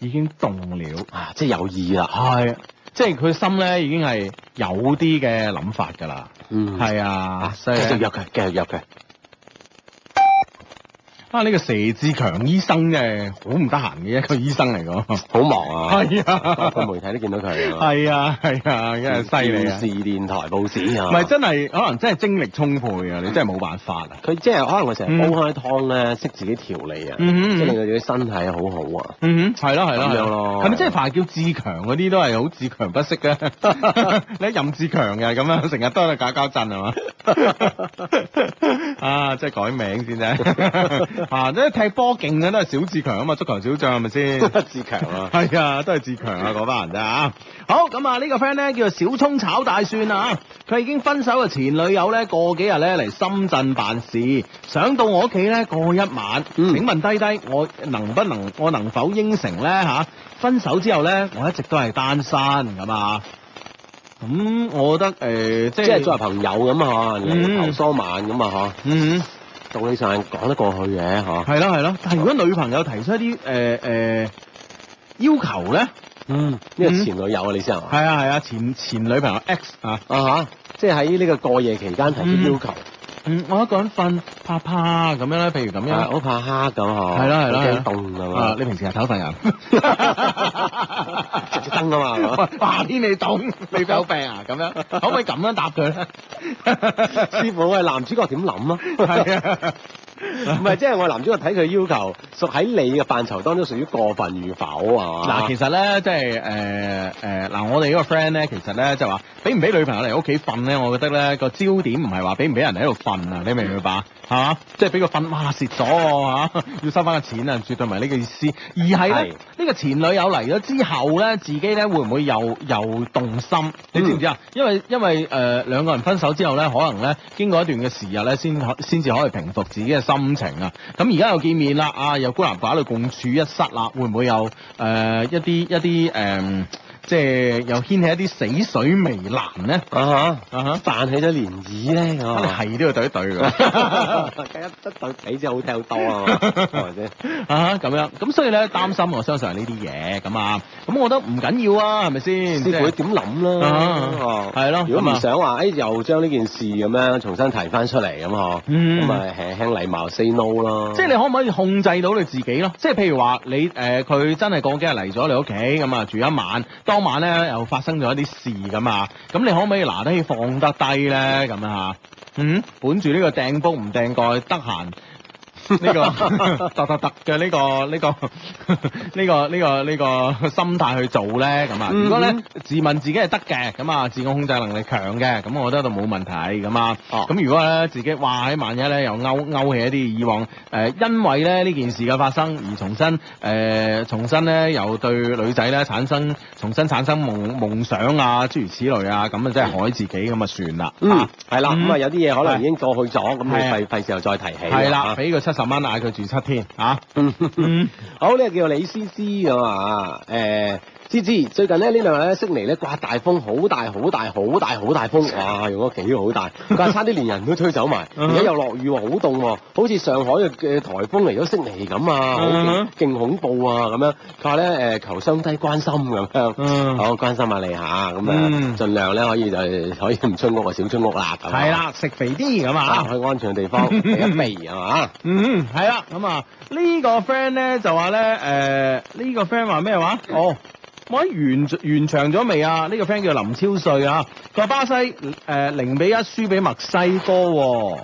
Speaker 1: 已經動了，
Speaker 3: 啊，即係有意啦，
Speaker 1: 係，即係佢心咧已經係有啲嘅諗法㗎啦，
Speaker 3: 嗯，
Speaker 1: 係啊，
Speaker 3: 啊，繼
Speaker 1: 所以
Speaker 3: 續約佢，繼續約佢，
Speaker 1: 啊呢個佘志強醫生真係好唔得閒嘅一個醫生嚟㗎，
Speaker 3: 好忙啊，
Speaker 1: 係啊
Speaker 3: 個媒體都見到佢啊，
Speaker 1: 係啊係啊， 真係犀利啊
Speaker 3: 電！視、電台、報紙啊，
Speaker 1: 唔係真係，可能真係精力充沛啊！你真係冇辦法啊！
Speaker 3: 佢即係可能佢成日煲開湯咧，識自己調理啊，
Speaker 1: 嗯嗯嗯
Speaker 3: 即係令到自己身體好好啊，
Speaker 1: 嗯哼，係咯係咯
Speaker 3: 咁
Speaker 1: 係
Speaker 3: 樣咯
Speaker 1: 係咪即係凡係叫志強嗰啲都係好自強不息 嘅？你任志強嘅咁樣，成日都喺度搞搞震係嘛？ 啊，即係改名先 啫！啊，即係踢波勁嘅都係小志強啊嘛，足球小將係咪先？
Speaker 3: 自強 啊，
Speaker 1: 係啊，都係自強啊嗰班人啫啊！好咁啊，呢個 friend 咧叫做小聰炒大蒜啊，佢已經分手嘅前女友咧，過幾日咧嚟深圳辦事，想到我屋企咧過一晚。
Speaker 3: 嗯
Speaker 1: 請問低低，我能不能我能否應承咧嚇？分手之後咧，我一直都係單身咁啊。咁我覺得誒，呃即
Speaker 3: 即係
Speaker 1: 係
Speaker 3: 作為朋友咁啊，
Speaker 1: 嗯
Speaker 3: 你頭梳晚咁啊
Speaker 1: 嗯。
Speaker 3: 嚇，道理上講得過去嘅嚇。
Speaker 1: 係咯係咯，但係如果女朋友提出一啲誒誒要求咧，
Speaker 3: 嗯，呢個
Speaker 1: 嗯
Speaker 3: 前女友啊，你先係嘛？
Speaker 1: 係啊係啊，前前女朋友 X 啊，
Speaker 3: 啊嚇，即係喺呢個過夜期間提出要求，
Speaker 1: 嗯，我一個人瞓，啪啪咁樣咧，譬如咁
Speaker 3: 啊
Speaker 1: 樣，
Speaker 3: 好怕黑咁嚇，
Speaker 1: 嗯係啦係啦
Speaker 3: 啊好
Speaker 1: 係啦
Speaker 3: 驚凍啊
Speaker 1: 啊
Speaker 3: 嘛，，
Speaker 1: 你平時日頭瞓人，
Speaker 3: 直接燈啊 嘛係嘛，
Speaker 1: 哇天你凍，你有病啊咁樣，可唔可以咁樣答佢咧？
Speaker 3: 師傅喂，男主角點諗啊？
Speaker 1: 係啊。
Speaker 3: 唔係，即係我男主角睇佢要求，屬喺你嘅範疇當中屬於過分與否啊嘛？
Speaker 1: 嗱，其實咧，即係誒誒，呃嗱、我哋呢個 friend 咧，其實咧就話，俾唔俾女朋友嚟屋企瞓咧，我覺得咧個焦點唔係話俾唔俾人喺度瞓啊，你明唔明
Speaker 3: 嗯
Speaker 1: 白啊？係嘛？即係俾佢瞓，哇蝕咗喎嚇，要收翻個錢啊，絕對唔係呢個意思，而係
Speaker 3: 係
Speaker 1: 咧呢個前女友嚟咗之後咧，自己咧會唔會又又動心？你
Speaker 3: 嗯
Speaker 1: 知唔知啊？因為因為誒、呃、兩個人分手之後咧，可能咧經過一段嘅時日咧，先可先至可以平復自己嘅心情啊。咁而家又見面啦，啊又孤男寡女共處一室啦，會唔會有誒、呃一啲一啲誒、呃即係又掀起一啲死水微澜咧？
Speaker 3: 啊
Speaker 1: 啊哈
Speaker 3: 嚇，！泛起咗漣漪咧 咁啊！
Speaker 1: 係都要對一對 㗎。
Speaker 3: 梗一對比先好聽好多啊嘛， 係咪先？
Speaker 1: 啊咁樣，咁所以咧擔心我相信係呢啲嘢咁啊，咁我覺得唔緊要啊，係咪先？即
Speaker 3: 師傅
Speaker 1: 係
Speaker 3: 點諗啦？
Speaker 1: 啊
Speaker 3: 哦
Speaker 1: 係咯
Speaker 3: 如果
Speaker 1: 咁
Speaker 3: 唔
Speaker 1: 啊
Speaker 3: 想話，誒哎又將呢件事咁樣重新提翻出嚟咁嗬，
Speaker 1: 嗯
Speaker 3: 咁咪輕輕禮貌 say no 咯。
Speaker 1: 即係你可唔可以控制到你自己咯？即係譬如話你誒，呃佢、真係過幾日嚟咗你屋企咁啊，住一晚，當晚咧又發生咗一啲事咁啊，咁你可唔可以拿得起放得低咧？咁啊，嗯，本住呢個掟煲唔掟蓋，得閒。呢、個 突突突嘅呢個呢、個 呢、個呢、個呢、個心態去做咧，咁啊，如果咧
Speaker 3: 嗯
Speaker 1: 自問自己係得嘅，咁啊自我控制能力強嘅，咁我覺得就冇問題咁啊。
Speaker 3: 哦
Speaker 1: 咁如果咧自己哇喺萬一咧又勾勾起一啲以往誒、呃因為咧呢件事嘅發生而重新誒、呃重新咧又對女仔咧產生重新產生夢夢想啊諸如此類啊，咁啊真係害自己咁啊算啦。
Speaker 3: 嗯
Speaker 1: 啊，
Speaker 3: 係啦，咁啊
Speaker 1: 嗯
Speaker 3: 有啲嘢可能已經過去咗，咁你
Speaker 1: 係啊
Speaker 3: 費費事又再提起。
Speaker 1: 係啦，
Speaker 3: 啊
Speaker 1: 俾佢七十蚊嗌佢住七天啊！嗯
Speaker 3: 好呢、個叫李思思咁啊，誒、思思最近咧呢兩日咧悉尼咧刮大風，好大好大好大好 大風，哇用咗幾好大，佢話差啲連人都吹走埋，
Speaker 1: 嗯
Speaker 3: 而家又落雨喎，好凍喎，好似上海嘅嘅颱風嚟咗悉尼咁啊，好
Speaker 1: 嗯
Speaker 3: 勁勁恐怖啊咁樣，佢話咧誒求相低關心咁樣。
Speaker 1: 嗯
Speaker 3: 好關心下你下咁
Speaker 1: 嗯
Speaker 3: 啊，盡量咧可以就可以唔出屋啊，少出屋啦。咁啊
Speaker 1: 係，啦，食肥啲咁
Speaker 3: 啊
Speaker 1: 啊！
Speaker 3: 去安全嘅地方避一避係嘛。
Speaker 1: 嗯，係啦，咁啊，呢個 friend 咧就話咧，誒、呢、個 friend 話咩話？哦。我喺完完場咗未啊？呢、個 friend 叫林超瑞啊，佢話巴西誒零、比一輸俾墨西哥喎、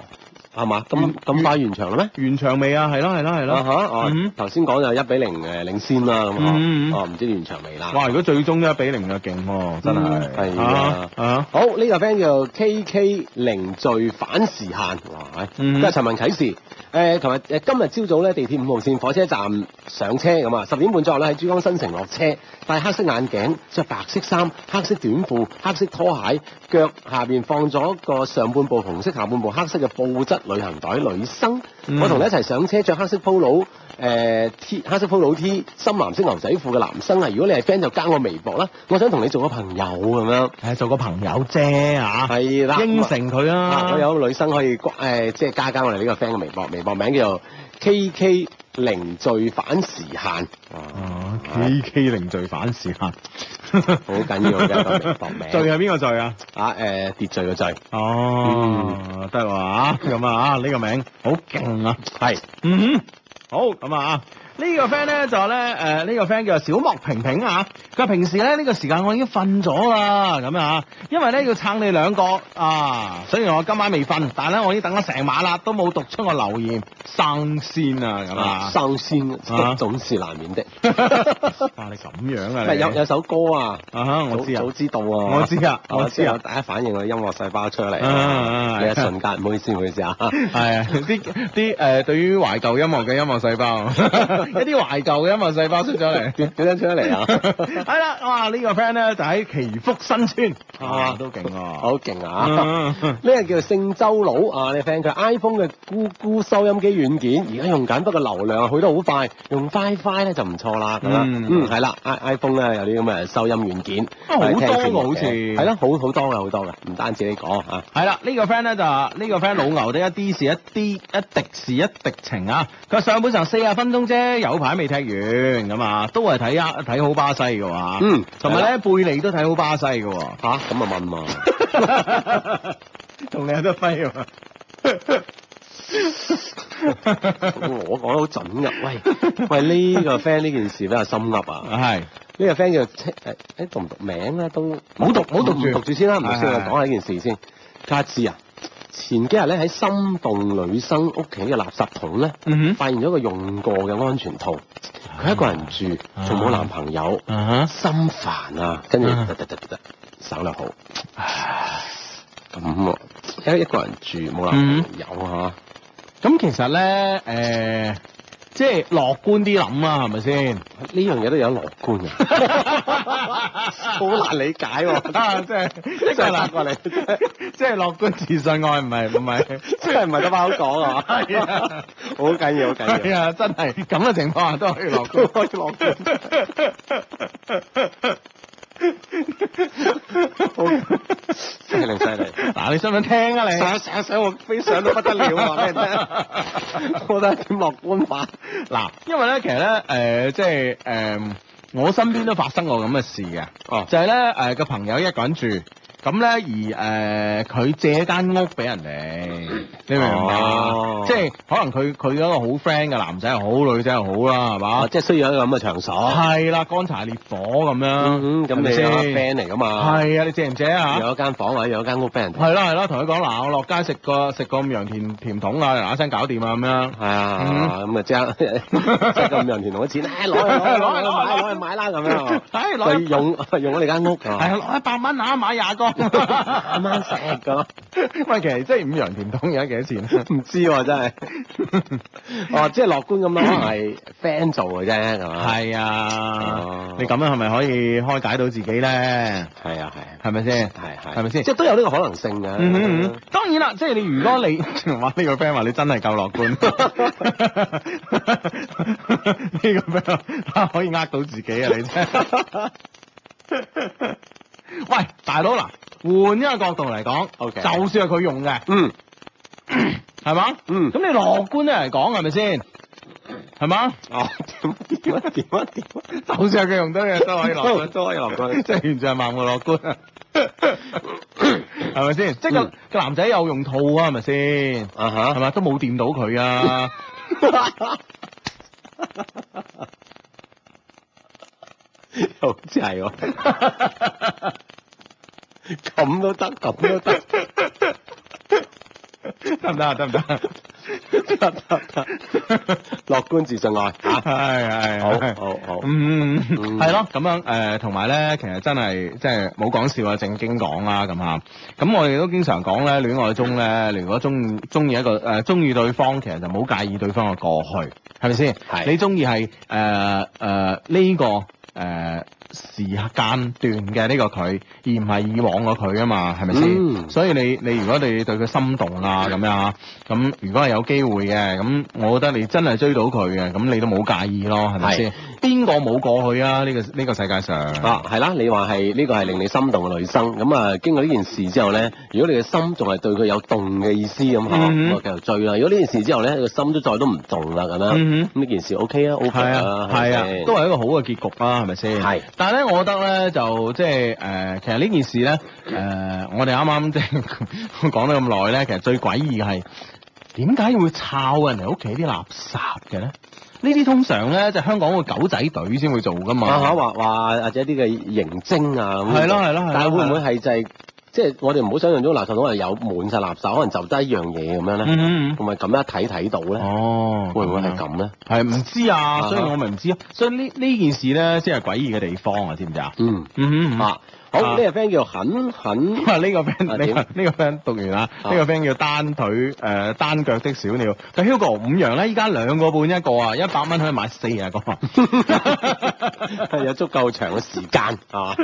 Speaker 3: 係嘛？咁咁快完場啦咩？
Speaker 1: 完場未啊？係咯係咯係
Speaker 3: 啊
Speaker 1: 咯。
Speaker 3: 哈！哦
Speaker 1: 嗯，
Speaker 3: 頭先講就一比零誒領先啦，咁
Speaker 1: 嗯嗯嗯
Speaker 3: 嗬，哦唔知完場未啦。
Speaker 1: 哇！如果最終一比零就啊勁喎，真係。
Speaker 3: 嗯係
Speaker 1: 啊
Speaker 3: 啊
Speaker 1: 啊！
Speaker 3: 好呢個 friend 叫 K K 零罪反時限，哇！哎
Speaker 1: 嗯
Speaker 3: 都係陳文啟示。誒，琴日誒今日朝早咧，地鐵五號線火車站上車咁啊，十點半左右咧喺珠江新城落車，戴黑色眼鏡，着白色衫、黑色短褲、黑色拖鞋，腳下邊放咗個上半部紅色、下半部黑色嘅布質旅行袋，女生。
Speaker 1: 嗯
Speaker 3: 我同你一齊上車，着黑色 polo。誒、T 黑色 polo T 深藍色牛仔褲嘅男生啊，如果你係 friend 就加我微博啦，我想同你做個朋友咁樣。
Speaker 1: 係做個朋友啫啊，
Speaker 3: 係啦，
Speaker 1: 應承佢
Speaker 3: 啊！
Speaker 1: 啊。
Speaker 3: 我有女生可以誒、呃即係加加我哋呢個 friend 嘅微博，微博名叫做 K K 零罪反時限，
Speaker 1: 啊，K K 零罪反時限，好
Speaker 3: 好
Speaker 1: 緊
Speaker 3: 緊要嘅個 微博名
Speaker 1: 罪係邊個罪啊？
Speaker 3: 啊誒、呃秩序嘅罪
Speaker 1: 哦，
Speaker 3: 嗯
Speaker 1: 得啦嚇，咁啊呢個名好勁啊！
Speaker 3: 係
Speaker 1: 嗯哼，好咁啊。呢個 friend 咧就咧誒，呢、個 friend 叫小莫平平啊，佢話平時咧呢、呢個時間我已經瞓咗啦，咁啊，因為咧要撐你兩個啊，雖然我今晚未瞓，但係咧我已經等咗成晚啦，都冇讀出我留言，生鮮啊咁
Speaker 3: 啊
Speaker 1: 啊，
Speaker 3: 生鮮
Speaker 1: 啊
Speaker 3: 總是難免的。
Speaker 1: 哇你咁樣啊
Speaker 3: 喂
Speaker 1: 你，
Speaker 3: 有有首歌啊，
Speaker 1: 啊哈我
Speaker 3: 早
Speaker 1: 知啊
Speaker 3: 早。知道啊，
Speaker 1: 我知啊我知啊
Speaker 3: 即係第一反應我音樂細胞出嚟
Speaker 1: 啊啊啊
Speaker 3: 你一瞬間，唔好意思，唔好意思啊。
Speaker 1: 係啊，啲啲誒，對於懷舊音樂嘅音樂細胞， 一啲懷舊嘅音樂細胞出咗嚟。
Speaker 3: 點點樣出得嚟啊？
Speaker 1: 係啦，哇！呢個 friend 咧就喺祈福新村，啊，都勁喎。
Speaker 3: 好勁啊！
Speaker 1: 啊
Speaker 3: 呢個叫姓周佬啊，你 friend 佢 iPhone 嘅咕咕收音機軟件，而家用緊，不過流量去得好快，用 WiFi 咧就唔錯啦咁樣。
Speaker 1: 嗯啊
Speaker 3: 嗯，係啦，i iPhone 咧有啲咁嘅收音軟件，
Speaker 1: 好多㗎
Speaker 3: 聽節目嘅
Speaker 1: 好似
Speaker 3: 係咯，好好多嘅好多嘅，唔單止你講啊。
Speaker 1: 係啦，呢、個 friend 咧就話呢、個 friend 老牛的一啲是一啲一滴是一滴情啊！佢話上半場四十分鐘啫，有排未踢完咁啊，都係睇啊睇好巴西嘅話，
Speaker 3: 嗯
Speaker 1: 同埋咧貝利都睇好巴西嘅喎、
Speaker 3: 嚇咁啊問啊！
Speaker 1: 同你有得揮喎。
Speaker 3: 我講得好準㗎，喂喂呢、個 friend 呢件事比較深噏啊！
Speaker 1: 係
Speaker 3: 呢個 friend 叫青誒誒讀唔讀名咧都冇讀冇讀
Speaker 1: 啊冇讀
Speaker 3: 唔讀住先啦，唔讀先
Speaker 1: 係
Speaker 3: 啦
Speaker 1: 係，
Speaker 3: 講下呢件事先。卡知啊，前幾日咧喺心動女生屋企嘅垃圾桶咧，
Speaker 1: 嗯
Speaker 3: 發現咗個用過嘅安全套，佢一個人住，仲冇男朋友，
Speaker 1: 哼，啊
Speaker 3: 心煩啊，跟住
Speaker 1: 啊
Speaker 3: 得得得得得，省略號。咁啊，一一個人住冇男朋友
Speaker 1: 嗯
Speaker 3: 啊，
Speaker 1: 咁其實咧誒、呃即係樂觀啲諗啊，係咪先？
Speaker 3: 呢樣嘢都有樂觀嘅， 好難理解喎，
Speaker 1: 啊，即係
Speaker 3: 真
Speaker 1: 即
Speaker 3: 係
Speaker 1: 係
Speaker 3: 難
Speaker 1: 嗱，
Speaker 3: 過你，
Speaker 1: 即係樂觀自信愛唔係唔係。
Speaker 3: 真係唔係得把口講啊！
Speaker 1: 係啊
Speaker 3: 好緊要，好緊要
Speaker 1: 係。啊，真係咁嘅情況下都可以樂 觀，可以樂觀。
Speaker 3: 犀利犀利，
Speaker 1: 嗱，你想唔想聽啊你？
Speaker 3: 上上我飛上到不 得了啊！咩啫？我覺得點樂觀法？
Speaker 1: 嗱，因為咧，其實咧，誒、即係誒、呃我身邊都發生過咁嘅事嘅，
Speaker 3: 哦
Speaker 1: 就係咧，誒、個朋友一個人住，咁咧而誒呃佢、借間屋俾人哋，你明唔明啊？
Speaker 3: 哦
Speaker 1: 即係可能佢佢一個好 friend 嘅男仔又好，女仔又好啦，係嘛
Speaker 3: 啊，？即係需要一個咁嘅場所。
Speaker 1: 係啦，乾柴烈火咁樣，
Speaker 3: 嗯，咁你
Speaker 1: 係
Speaker 3: 有
Speaker 1: 咪
Speaker 3: friend 嚟噶嘛？
Speaker 1: 係啊，你借唔借啊？
Speaker 3: 有一間房或者有一間屋俾人。
Speaker 1: 係啦係啦，同佢講嗱，我落街食個食個五羊甜甜筒啊，嗱嗱聲搞掂啊咁樣。
Speaker 3: 係啊，咁啊即刻 即係咁人田同我錢，唉攞去攞去攞去買攞去買啦咁樣。
Speaker 1: 唉，攞
Speaker 3: 佢
Speaker 1: 一
Speaker 3: 用 用我哋間屋
Speaker 1: 係
Speaker 3: 啊，
Speaker 1: 啊，攞一百蚊啊，買廿個。
Speaker 3: 啱啱食噶，
Speaker 1: 喂，其實即係五羊甜筒而家幾多錢？
Speaker 3: 唔知喎真係。哦，即係樂觀咁 諗，可能係 friend 做嘅啫，係嘛？
Speaker 1: 係啊
Speaker 3: 哦，
Speaker 1: 你咁樣係咪可以開解到自己咧？
Speaker 3: 係啊係啊。
Speaker 1: 係咪先？
Speaker 3: 係係
Speaker 1: 係咪先
Speaker 3: 即係都有呢個可能性嘅。
Speaker 1: 嗯嗯嗯，當然啦，即係你如果你 哇呢個 friend 話你真係夠樂觀，呢個 friend 話可以呃到自己啊你啫。喂，大佬嗱，換一個角度嚟講
Speaker 3: OK
Speaker 1: 就算係佢用嘅，
Speaker 3: 嗯
Speaker 1: 係嘛？
Speaker 3: 嗯
Speaker 1: 咁你樂觀啲嚟講係咪先？係嘛？
Speaker 3: 哦，點點啊點啊點啊，
Speaker 1: 就算係佢用得嘅都可以樂
Speaker 3: 都
Speaker 1: 觀。
Speaker 3: 都可以落過去。
Speaker 1: 即係完全係盲目樂觀 啊，係咪先？即係個
Speaker 3: 嗯
Speaker 1: 個男仔有用套啊，係咪先？
Speaker 3: 啊
Speaker 1: 係
Speaker 3: 哈，
Speaker 1: 嘛，都冇掂到佢啊！
Speaker 3: 好似 係喎。咁都得，咁都
Speaker 1: 得
Speaker 3: 得，
Speaker 1: 唔得啊？得唔得啊？
Speaker 3: 得得得，樂觀自信 愛嚇，
Speaker 1: 係係
Speaker 3: 好
Speaker 1: 係
Speaker 3: 好好
Speaker 1: 嗯，
Speaker 3: 嗯
Speaker 1: 係咯，咁樣誒，同埋咧，其實真係即係冇講笑啊，正經講啦，咁嚇。咁我哋都經常講咧，戀愛中咧，如果中中意一個誒中意對方，其實就冇介意對方嘅過去，係咪先？
Speaker 3: 係
Speaker 1: 你中意係誒誒呢個誒、呃、時間段嘅呢個佢，而唔係以往個佢啊嘛，係咪先？
Speaker 3: 嗯
Speaker 1: 所以你你如果你對佢心動啦咁樣啊，咁如果係有機會嘅，咁我覺得你真係追到佢嘅，咁你都冇介意咯，係咪先？邊個冇過去啊？呢、個呢、個世界上
Speaker 3: 啊，係啦，你話係呢個係令你心動嘅女生，咁啊經過呢件事之後咧，如果你嘅心仲係對佢有動嘅意思咁嚇，
Speaker 1: 嗯哼
Speaker 3: 咁啊繼續追啦。如果呢件事之後咧，你個心都再都唔動啦咁
Speaker 1: 嗯
Speaker 3: 樣，咁呢件事 OK 啊，OK
Speaker 1: 係
Speaker 3: 啊
Speaker 1: 啊，，
Speaker 3: 咪
Speaker 1: 係啊
Speaker 3: 先，
Speaker 1: 都係一個好嘅結局啊啦，係咪先？
Speaker 3: 係
Speaker 1: 但係咧，我覺得咧就即係誒，其實呢件事咧誒、我哋啱啱即係 講咗咁耐咧，其實最詭異係點解會抄人哋屋企啲垃圾嘅咧？呢啲通常咧就香港個狗仔隊先會做噶嘛。
Speaker 3: 啊嚇，話話或者啲嘅刑精啊咁。
Speaker 1: 嗯係咯係咯係咯
Speaker 3: 但係會唔會係就係即係我哋唔好想象中垃圾桶係有滿晒垃圾，可能就得一樣嘢咁樣咧，
Speaker 1: 嗯嗯
Speaker 3: 同埋咁樣一睇睇到咧，
Speaker 1: 哦，
Speaker 3: 會唔會係？咁咧？
Speaker 1: 係唔知啊，
Speaker 3: 哈
Speaker 1: 所以我咪唔知啊。所以呢呢件事咧，先係詭異嘅地方啊，知唔知啊？
Speaker 3: 嗯。
Speaker 1: 嗯嗯嗯
Speaker 3: 啊，好
Speaker 1: 啊
Speaker 3: 呢個 friend 叫肯肯
Speaker 1: 咁。啊 呢個 friend
Speaker 3: 啊
Speaker 1: 呢
Speaker 3: 點
Speaker 1: 個呢個 friend 讀完啦，呢
Speaker 3: 啊
Speaker 1: 個 friend 叫單腿誒單腳的小鳥。佢 Hugo 五樣咧，依家兩個半一個啊，一百蚊可以買四啊個。
Speaker 3: 係有足夠長嘅時間啊！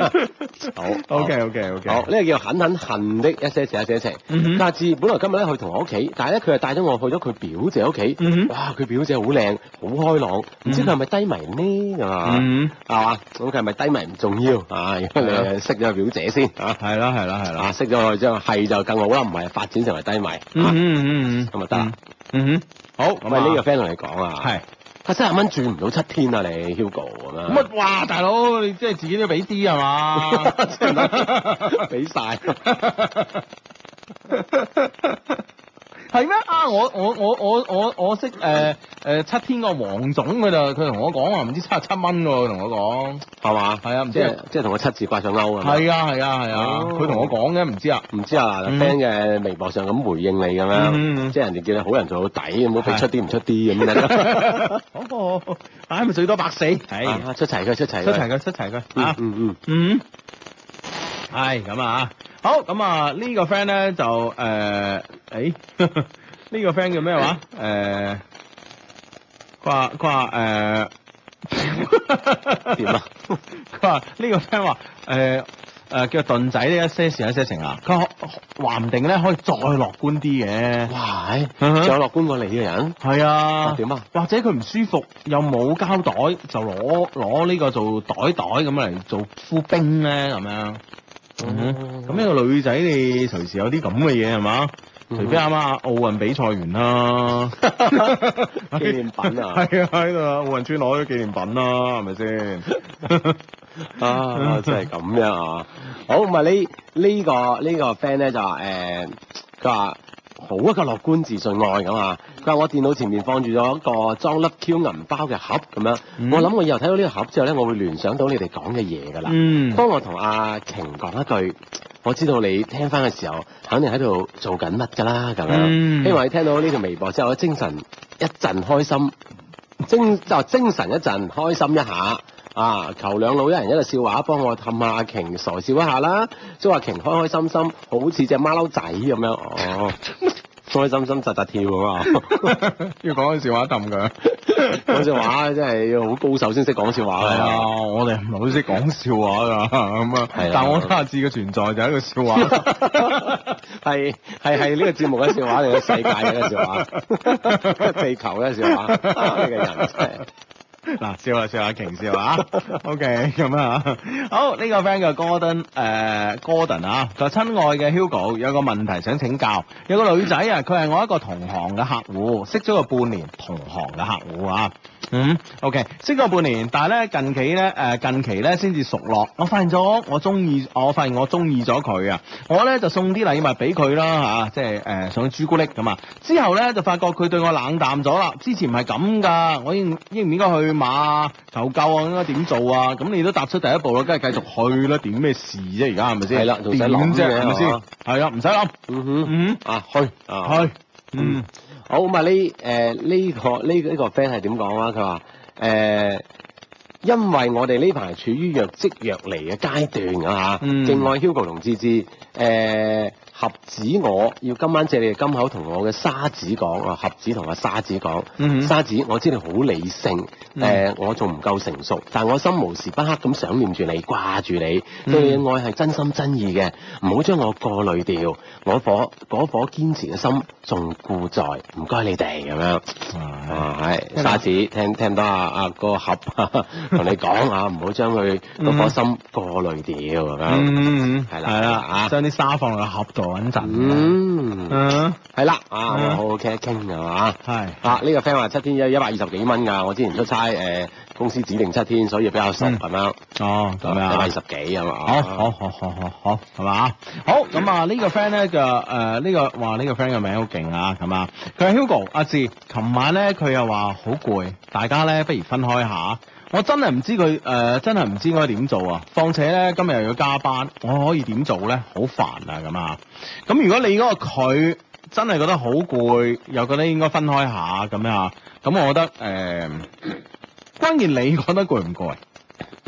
Speaker 3: 好
Speaker 1: OK OK OK。
Speaker 3: 好，呢個叫狠狠恨的一些事一些情。
Speaker 1: 嗯哼
Speaker 3: 阿志本來今日咧去同學屋企，但係咧佢係帶咗我去咗佢表姐屋企。
Speaker 1: 嗯哼
Speaker 3: 哇！佢表姐好靚，好開朗，唔知佢係咪低迷呢？啊，
Speaker 1: 嗯
Speaker 3: 係嘛？咁佢係咪低迷唔重要啊？因為你係識咗佢表姐先啊，
Speaker 1: 係啦係啦係啦
Speaker 3: 啊。識咗佢之後係就更好啦，唔係發展成為低迷。
Speaker 1: 嗯
Speaker 3: 啊
Speaker 1: 嗯嗯嗯，
Speaker 3: 咁啊得啦。
Speaker 1: 嗯哼，好
Speaker 3: 咁
Speaker 1: 咁
Speaker 3: 啊
Speaker 1: 啊
Speaker 3: 呢個 friend 同你講啊，
Speaker 1: 係。
Speaker 3: 佢七十蚊轉唔到七天啊，你 Hugo 咁啊。
Speaker 1: 咁 啊，哇！大佬，你即係自己都俾啲係 嘛？
Speaker 3: 俾晒。
Speaker 1: 係咩啊？我我我我我我識誒誒七天個黃總佢就佢同我講話唔知七十七蚊喎，佢同我講
Speaker 3: 係嘛？
Speaker 1: 係啊唔知
Speaker 3: 即係即係同個七字掛上勾啊！
Speaker 1: 係啊係啊係啊，
Speaker 3: 哦
Speaker 1: 佢同我講嘅唔 知啊。
Speaker 3: 唔知啊
Speaker 1: 嗯
Speaker 3: ，friend 嘅微博上咁回應你咁
Speaker 1: 嗯嗯
Speaker 3: 樣，
Speaker 1: 嗯
Speaker 3: 即係人哋叫你好人做到底，唔好俾
Speaker 1: 係
Speaker 3: 出啲唔出啲咁樣。
Speaker 1: 哦，唉咪最多百四，係
Speaker 3: 啊出齊佢，出齊佢，
Speaker 1: 出齊佢出齊佢
Speaker 3: 嗯
Speaker 1: 啊！
Speaker 3: 嗯嗯，
Speaker 1: 嗯，係咁啊，好咁啊，呢個 friend 咧就誒，誒、 呢個 friend 叫咩話？誒、佢話佢話誒。
Speaker 3: 點啊？
Speaker 1: 佢話呢個 friend 話誒誒叫盾仔呢一些事一些情啊，佢話話唔定咧可以再樂觀啲嘅。
Speaker 3: 哇！啊唉
Speaker 1: 嗯哼
Speaker 3: 仲有樂觀過你嘅人，
Speaker 1: 係啊，
Speaker 3: 啊點啊？
Speaker 1: 或者佢唔舒服又冇膠袋，就攞攞呢個做袋袋咁嚟做敷冰咧咁樣。嗯哼咁呢個女仔你隨時有啲咁嘅嘢係嘛？
Speaker 3: 嗯
Speaker 1: 除非啱啱奧運比賽完 啦，
Speaker 3: 紀念品 啊
Speaker 1: 係啊喺度啊，奧運村攞咗紀念品啦，係咪先？嗯
Speaker 3: 啊，真係咁樣啊！好，唔係你呢個呢個 friend 咧就話誒，佢話。好一個樂觀自信愛咁啊！佢話我電腦前面放住咗一個裝粒 Q 銀包嘅盒咁樣，
Speaker 1: 嗯
Speaker 3: 我諗我以後睇到呢個盒之後咧，我會聯想到你哋講嘅嘢㗎啦。
Speaker 1: 嗯
Speaker 3: 當我同阿瓊講一句，我知道你聽翻嘅時候，肯定喺度做緊乜㗎啦咁樣。
Speaker 1: 嗯
Speaker 3: 希望你聽到呢條微博之後，精神一陣開心，精就精神一陣開心一下。啊！求兩老一人一個笑話，幫我氹下阿瓊傻笑一下啦，祝阿瓊開開心心，好似只馬騮仔咁 樣。哦，開開心心，扎扎跳咁啊！
Speaker 1: 要講句笑話氹佢。
Speaker 3: 講笑話真係要好高手先識講笑話
Speaker 1: 係
Speaker 3: 㗎
Speaker 1: 啊，我哋唔係好識講笑話㗎咁啊，
Speaker 3: 係啊
Speaker 1: 但我覺得阿志嘅存在就係一個笑話。
Speaker 3: 係係係呢個節目嘅笑話定係世界嘅笑話？地球嘅笑話，呢個人真係
Speaker 1: 嗱，笑啦笑啦，瓊笑啊 ，OK 咁啊，好呢、個 friend 叫 Gordon 誒、Gordon 啊，佢話親愛嘅 Hugo 有個問題想請教，有個女仔啊，佢係我一個同行嘅客戶，識咗佢半年，同行嘅客戶啊。嗯，OK，識咗半年，但係咧近期咧誒、近期咧先至熟落，我發現咗我中意，我發現我中意咗佢啊，我咧就送啲禮物俾佢啦嚇、即係誒、送啲朱古力咁啊，之後咧就發覺佢對我冷淡咗啦，之前唔係咁噶，我應應唔應該去馬啊求救啊，應該點做啊？咁你都踏出第一步啦，梗係繼續去啦，點咩事啫？而家係咪先？
Speaker 3: 係啦仲使
Speaker 1: 點
Speaker 3: 諗
Speaker 1: 啫？
Speaker 3: 嘅
Speaker 1: 係咪先
Speaker 3: 係嘛？
Speaker 1: 係啦，唔使諗，
Speaker 3: 嗯哼
Speaker 1: 嗯，
Speaker 3: 啊去啊
Speaker 1: 去，嗯
Speaker 3: 好咁啊呢誒呢個呢呢個 friend 係點講啊？佢呃話誒。因為我哋呢排處於若即若離嘅階段啊嚇，
Speaker 1: 嗯
Speaker 3: 敬愛 Hugo 同志志，誒、合子我要今晚借你哋金口同我嘅沙子講啊，合子同阿沙子講，
Speaker 1: 嗯哼
Speaker 3: 沙子我知你好理性，誒、
Speaker 1: 嗯
Speaker 3: 我仲唔夠成熟，但我心無時不刻咁想念住你，掛住你，
Speaker 1: 嗯
Speaker 3: 對你嘅愛係真心真意嘅，唔好將我過濾掉，我顆嗰顆堅持嘅心仲固在，唔該你哋咁樣。啊，係沙子，
Speaker 1: 嗯
Speaker 3: 聽聽到啊啊個盒 同你講 啊，唔好將佢嗰顆心過濾掉咁樣。
Speaker 1: 嗯嗯，
Speaker 3: 係啦
Speaker 1: 係
Speaker 3: 係啦
Speaker 1: 啦，將啲沙放落個盒度穩陣。
Speaker 3: 嗯，
Speaker 1: 嗯，
Speaker 3: 係啦，啊，我
Speaker 1: 嗯
Speaker 3: 好好傾一傾係嘛。
Speaker 1: 係。
Speaker 3: 啊！呢、個 friend 話七天有一百二十幾蚊㗎，我之前出差誒、公司指定七天，所以比較熟
Speaker 1: 嗯
Speaker 3: 咁樣，
Speaker 1: 哦，咁樣
Speaker 3: 一百
Speaker 1: 啊
Speaker 3: 二十。幾係嘛？
Speaker 1: 好好好好好好，係嘛？好咁啊，呢個 friend 咧就誒呢個哇呢個 friend 嘅名好勁啊，咁啊，佢係 Hugo 阿志，琴晚咧佢又話好攰，大家咧不如分開下。我真係唔知佢誒、真係唔知應該點做啊！況且咧，今日又要加班，我可以點做咧？好煩啊咁啊！咁如果你嗰個佢真係覺得好攰，又覺得應該分開下咁樣啊，咁我覺得誒、關鍵你覺得攰唔攰？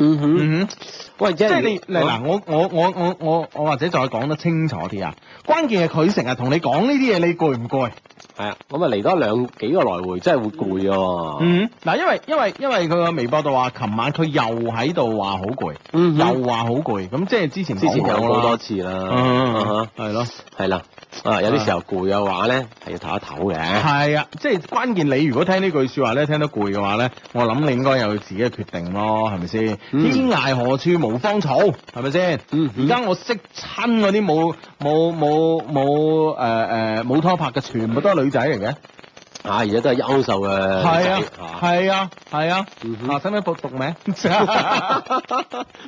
Speaker 3: 嗯哼，
Speaker 1: 嗯哼。
Speaker 3: 喂，即
Speaker 1: 即係
Speaker 3: 係
Speaker 1: 你嗱嗱，我我我我我我或者再講得清楚啲啊！關鍵係佢成日同你講呢啲嘢，你攰唔攰？
Speaker 3: 係啊，咁啊嚟多兩幾個來回，真係會攰啊嘅喎。
Speaker 1: 嗯，嗱，因為因為因為佢個微博度話，琴晚佢又喺度話好攰，
Speaker 3: 嗯哼
Speaker 1: 又話好攰，咁即係之前
Speaker 3: 之前有
Speaker 1: 好
Speaker 3: 好多，次啦，啊
Speaker 1: 嗯
Speaker 3: 哈，
Speaker 1: 係咯，
Speaker 3: 係啦，啊有啲時候攰嘅話咧，係要唞一唞嘅。
Speaker 1: 係啊，即係關鍵你如果聽呢句説話咧，聽得攰嘅話咧，我諗你應該有自己嘅決定咯，係咪先？
Speaker 3: 嗯
Speaker 1: 天涯何處無芳草，係咪先？
Speaker 3: 嗯
Speaker 1: 而家我識親嗰啲冇冇冇冇誒誒冇拖拍嘅，全部都係女仔嚟嘅。
Speaker 3: 啊，而家都係優秀嘅女
Speaker 1: 係啊
Speaker 3: 仔，啊
Speaker 1: 係啊，係啊
Speaker 3: 嗯，哼
Speaker 1: 啊，使唔使報讀 名？
Speaker 3: 啊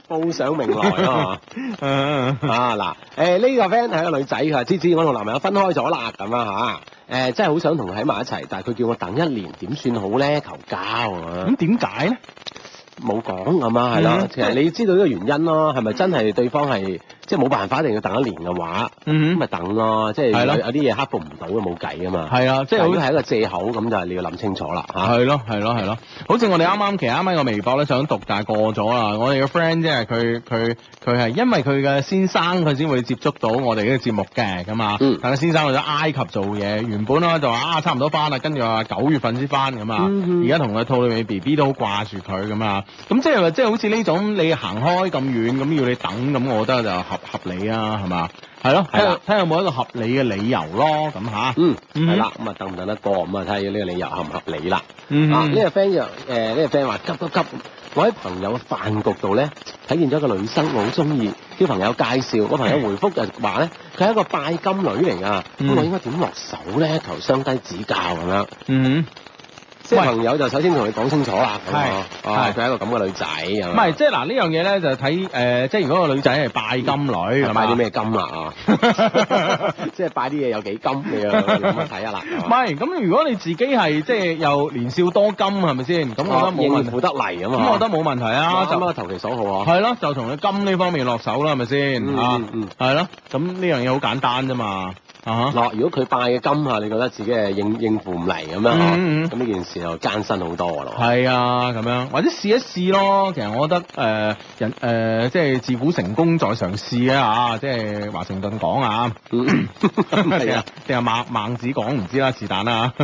Speaker 3: 報上名來 啊！
Speaker 1: 嗯
Speaker 3: 啊嗱，誒呢個 friend 係個女仔，佢話芝芝我同男朋友分開咗啦，咁啊嚇，誒真係好想同佢喺埋一齊，但係佢叫我等一年，點算好咧？求交啊！
Speaker 1: 咁點解咧？
Speaker 3: 冇講咁啊，係啦
Speaker 1: 嗯，
Speaker 3: 其實你知道呢個原因咯，係咪真係對方係即係冇辦法一定要等一年嘅話，咁
Speaker 1: 嗯
Speaker 3: 咪等咯，即係
Speaker 1: 係咯
Speaker 3: 有有啲嘢克服唔到嘅冇計啊嘛。
Speaker 1: 係啊，即
Speaker 3: 即
Speaker 1: 係
Speaker 3: 係好
Speaker 1: 好
Speaker 3: 似係一個藉口咁，就係你要諗清楚啦嚇。
Speaker 1: 啊係咯，係咯，係咯，好似我哋啱啱其實啱啱個微博咧想讀，但係過咗啦。我哋嘅 friend 即係佢佢佢係因為佢嘅先生佢先會接觸到我哋呢個節目嘅咁啊。
Speaker 3: 嗯
Speaker 1: 但係先生去咗埃及做嘢，原本咧就話啊差唔多翻啦，跟住話九月份先翻咁啊。
Speaker 3: 嗯哼
Speaker 1: 而家同佢肚裏面 B B 都好掛住佢咁啊。咁即係話即係好似呢種你行開咁遠咁要你等咁，我覺得就合合理啊，係嘛？係咯，睇
Speaker 3: 係
Speaker 1: 下
Speaker 3: 啦
Speaker 1: 睇下有冇一個合理嘅理由咯，咁吓。
Speaker 3: 嗯，
Speaker 1: 嗯
Speaker 3: 係啦，咁啊等唔等得過咁啊，睇下呢個理由合唔合理啦。
Speaker 1: 嗯
Speaker 3: 啊！呢、個 friend 就誒呢個 friend 話急急急，我喺朋友嘅飯局度咧睇見咗一個女生，我好中意，叫朋友介紹，我朋友回覆就話咧佢係一個拜金女嚟噶，咁、
Speaker 1: 嗯
Speaker 3: 我應該點落手咧？求相低指教咁樣。
Speaker 1: 嗯。
Speaker 3: 即係
Speaker 1: 喂
Speaker 3: 朋友就首先同佢講清楚啦，咁啊，
Speaker 1: 係
Speaker 3: 啊
Speaker 1: 係
Speaker 3: 佢係一個咁嘅女仔咁樣。
Speaker 1: 唔係，即係嗱呢樣嘢咧，就睇誒、呃即係如果個女仔係拜金女咁
Speaker 3: 拜
Speaker 1: 啊
Speaker 3: 啲？咩金啦啊！即係拜啲嘢有幾金，你又咁啊睇下啦。
Speaker 1: 唔係，咁如果你自己係即係又年少多金係咪先？咁我覺得冇問
Speaker 3: 哦應
Speaker 1: 題，
Speaker 3: 付得嚟咁
Speaker 1: 咁
Speaker 3: 啊。
Speaker 1: 我覺得冇問題啊，
Speaker 3: 啱
Speaker 1: 就
Speaker 3: 啊，投其所好啊。
Speaker 1: 係咯，就從你金呢方面落手啦，係咪先
Speaker 3: 嗯
Speaker 1: 嚇
Speaker 3: 嗯嗯？
Speaker 1: 係咯，咁呢樣嘢好簡單啫嘛，啊哈
Speaker 3: 嗱，如果佢拜嘅金啊，你覺得自己係應應付唔嚟咁樣
Speaker 1: 嗯嗯嗯
Speaker 3: 嗬咁呢件事就艱辛好多咯。
Speaker 1: 係啊，咁樣或者試一試咯。其實我覺得誒、呃人誒、呃即係自古成功在嘗試啊，即係華盛頓講啊。
Speaker 3: 嗯，
Speaker 1: 定
Speaker 3: 係
Speaker 1: 係
Speaker 3: 啊，
Speaker 1: 定係孟孟子講唔知啦，是但啦嚇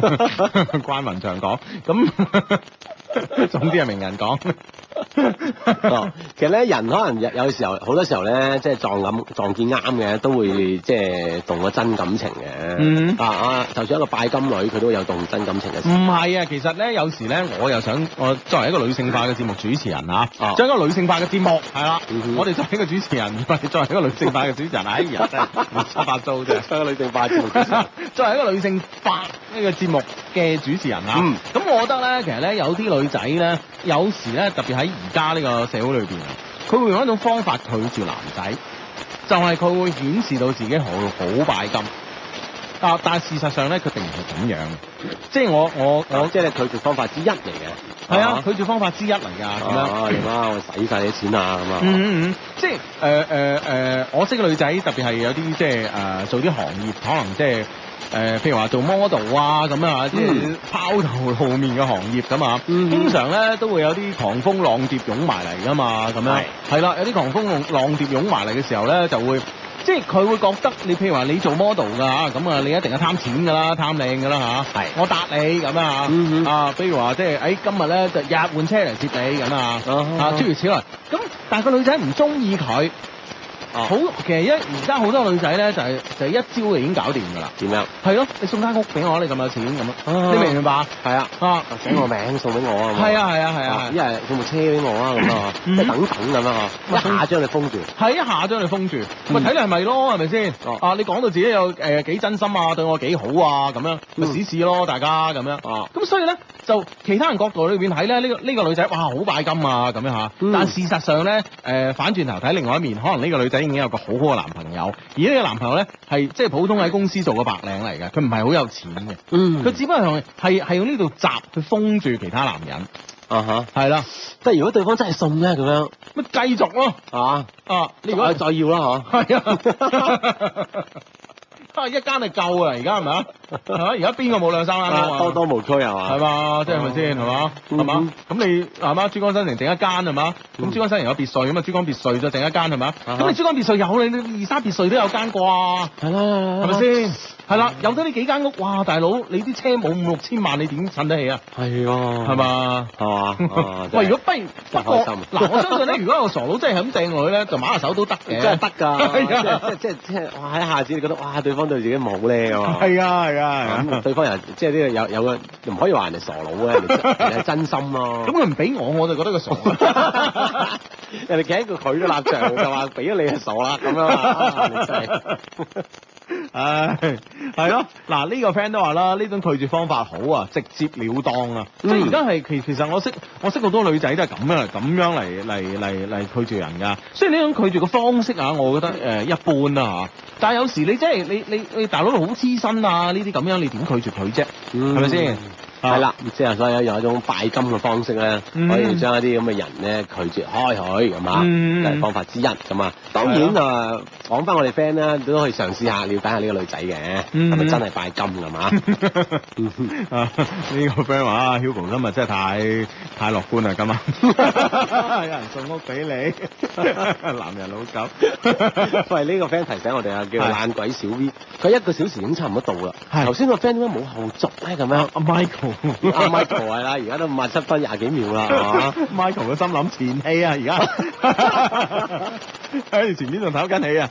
Speaker 1: 關雲長講，咁 總之係名人講。
Speaker 3: 哦其實咧，人可能有有時候好多時候咧，即係撞咁撞見啱嘅，都會即係動個真感情
Speaker 1: 嗯
Speaker 3: 嘅。啊啊，就算一個拜金女，佢都有動真感情嘅
Speaker 1: 唔
Speaker 3: 時
Speaker 1: 係啊，其實咧有時咧，我又想我作為一個女性化嘅節目主持人嚇，
Speaker 3: 哦
Speaker 1: 作為一個女性化嘅節目係啦
Speaker 3: 嗯，哼
Speaker 1: 我哋作為一個主持人， 唔係作為一個女性化嘅主持人，哎呀真係亂七八糟啫。
Speaker 3: 候。女性啊拜金女
Speaker 1: 作為一個女性化呢個節目嘅主持人啊，
Speaker 3: 嗯
Speaker 1: 咁、我覺得咧，其實咧有啲女仔咧，有時咧特別喺而家呢個社會裏邊，佢會用一種方法拒絕男仔，就係、佢會顯示到自己好好拜金。啊！但係事實上咧，佢並唔係咁樣，即係我我我
Speaker 3: 哦即係拒絕方法之一嚟嘅。
Speaker 1: 係啊，拒絕方法之一嚟㗎咁樣。
Speaker 3: 啊，你媽我使晒你啲錢啊咁啊。
Speaker 1: 嗯嗯嗯，即係誒誒誒，呃我識嘅女仔特別係有啲即係誒做啲行業，可能即係誒譬如話做 model 啊咁啊，即係
Speaker 3: 嗯
Speaker 1: 拋頭露面嘅行業咁啊，
Speaker 3: 嗯
Speaker 1: 通常咧都會有啲狂風浪蝶湧埋嚟㗎嘛，咁樣
Speaker 3: 係
Speaker 1: 係啦，有啲狂風浪浪蝶湧埋嚟嘅時候咧就會。即係佢會覺得你譬如話你做 model 㗎嚇，咁啊你一定係貪錢㗎啦，貪靚㗎啦嚇。
Speaker 3: 係
Speaker 1: 我搭你咁啊
Speaker 3: 嗯
Speaker 1: 嚇，
Speaker 3: 哼
Speaker 1: 啊，比如話即係誒今日咧就日換車嚟接你咁啊，
Speaker 3: 啊哈
Speaker 1: 啊諸如此類。咁但係個女仔唔中意佢，
Speaker 3: 啊
Speaker 1: 好其實一而家好多女仔咧就係、就係、一招就已經搞掂㗎啦。
Speaker 3: 點樣？
Speaker 1: 係咯，你送間屋俾我，你咁有錢咁
Speaker 3: 啊
Speaker 1: 樣，你明唔明白啊？
Speaker 3: 係啊。
Speaker 1: 啊，
Speaker 3: 寫我名送俾我啊！
Speaker 1: 係啊係啊係啊
Speaker 3: 一
Speaker 1: 係啊，
Speaker 3: 係佢部車俾我啊咁啊，即
Speaker 1: 嗯
Speaker 3: 係等等咁啊，
Speaker 1: 哇
Speaker 3: 一下將你封住。
Speaker 1: 係一下將你封住，咪
Speaker 3: 嗯
Speaker 1: 睇你係咪咯，係咪先？
Speaker 3: 哦
Speaker 1: 啊，你講到自己有誒幾真心啊，對我幾好啊，咁樣咪
Speaker 3: 嗯
Speaker 1: 試試咯，大家咁樣。
Speaker 3: 哦，
Speaker 1: 咁所以咧，就其他人角度裏邊睇咧，呢、個呢、個女仔哇好拜金啊咁樣嚇，
Speaker 3: 嗯
Speaker 1: 但事實上咧，誒、反轉頭睇另外一面，可能呢個女仔已經有個好好嘅男朋友，而呢個男朋友咧係即係普通喺公司做個白領嚟嘅，佢唔係好有錢嘅，
Speaker 3: 嗯
Speaker 1: 佢、只不過係係係用呢度閘去封住其他男人，
Speaker 3: 啊嚇，
Speaker 1: 係啦，
Speaker 3: 即係如果對方真係信咧咁樣
Speaker 1: 咪繼續咯
Speaker 3: 啊，
Speaker 1: 啊！你
Speaker 3: 你
Speaker 1: 如
Speaker 3: 如
Speaker 1: 果
Speaker 3: 果再要啦嗬，
Speaker 1: 係啊。 啊一間係夠啊，而家係咪啊？係嘛？而家邊個冇兩三間屋啊？
Speaker 3: 多多無區係嘛？
Speaker 1: 係嘛？即係咪先係嘛？係嘛
Speaker 3: 嗯？
Speaker 1: 咁你係嘛？珠江新城整一間係嘛？咁珠江新城有別墅咁啊，珠江別墅再整一間係嘛？
Speaker 3: 啊哈
Speaker 1: 咁你珠江別墅有你你二沙別墅都有間啩？
Speaker 3: 係啦，係
Speaker 1: 係咪？先？係啦，有得呢幾間屋，哇！大佬，你啲車冇五六千萬，你點襯得起啊？
Speaker 3: 係喎，
Speaker 1: 係？嘛？
Speaker 3: 係嘛？
Speaker 1: 喂，如果不如不過
Speaker 3: 啊真係開心啊
Speaker 1: 嗱，我相信咧，如果個傻佬真係咁掟落去咧，就馬下手都得嘅。
Speaker 3: 真係得
Speaker 1: 係啊
Speaker 3: 㗎， 即係即係即係，哇！一下子你覺得哇，對方對自己唔好咧咁啊。
Speaker 1: 係啊係啊係
Speaker 3: 咁
Speaker 1: 啊！
Speaker 3: 對方人即係呢個有有個唔可以話人哋傻佬嘅，人 哋人哋係真心咯。
Speaker 1: 咁佢唔俾我，我就覺得佢傻。
Speaker 3: 人哋企喺個佢嘅立場就話俾咗你係傻啦咁樣 啊，你真係
Speaker 1: 唉，係咯，嗱呢個 friend 都話啦，呢種拒絕方法好啊，直接了當啊，即係而家係其其實我識我識好多女仔都係咁樣咁樣嚟嚟嚟嚟拒絕人㗎，雖然呢種拒絕嘅方式啊，我覺得誒、呃一般啦、啊、但係有時你真係你你你大佬好黐身啊，呢啲咁樣你點拒絕佢啫？嗯係咪先？
Speaker 3: 係啦，啊即係所以有一種拜金嘅方式咧，
Speaker 1: 嗯
Speaker 3: 可以將一啲咁嘅人咧拒絕開佢咁啊，
Speaker 1: 嗯
Speaker 3: 都係方法之一咁啊。當然啊，講翻我哋 friend 咧，都可以嘗試下了解下呢個女仔嘅，
Speaker 1: 嗯
Speaker 3: 係咪真係拜金 咁啊？
Speaker 1: 啊！呢個 friend 話啊，Hugo 今日真係太太樂觀啦，今晚有人送屋俾你， 男人老狗。
Speaker 3: 喂，呢個 friend 提醒我哋啊，叫
Speaker 1: 係
Speaker 3: 懶鬼小 V，佢一個小時已經差唔多到啦。
Speaker 1: 係
Speaker 3: 頭先個 friend 點解冇後續咧？咁樣
Speaker 1: 啊。阿 Michael，
Speaker 3: 阿 Michael 係啦，而家都五十七分廿幾秒啦，係嘛？
Speaker 1: Michael 嘅心諗前戲啊，而 家，唉，前面仲唞緊氣啊，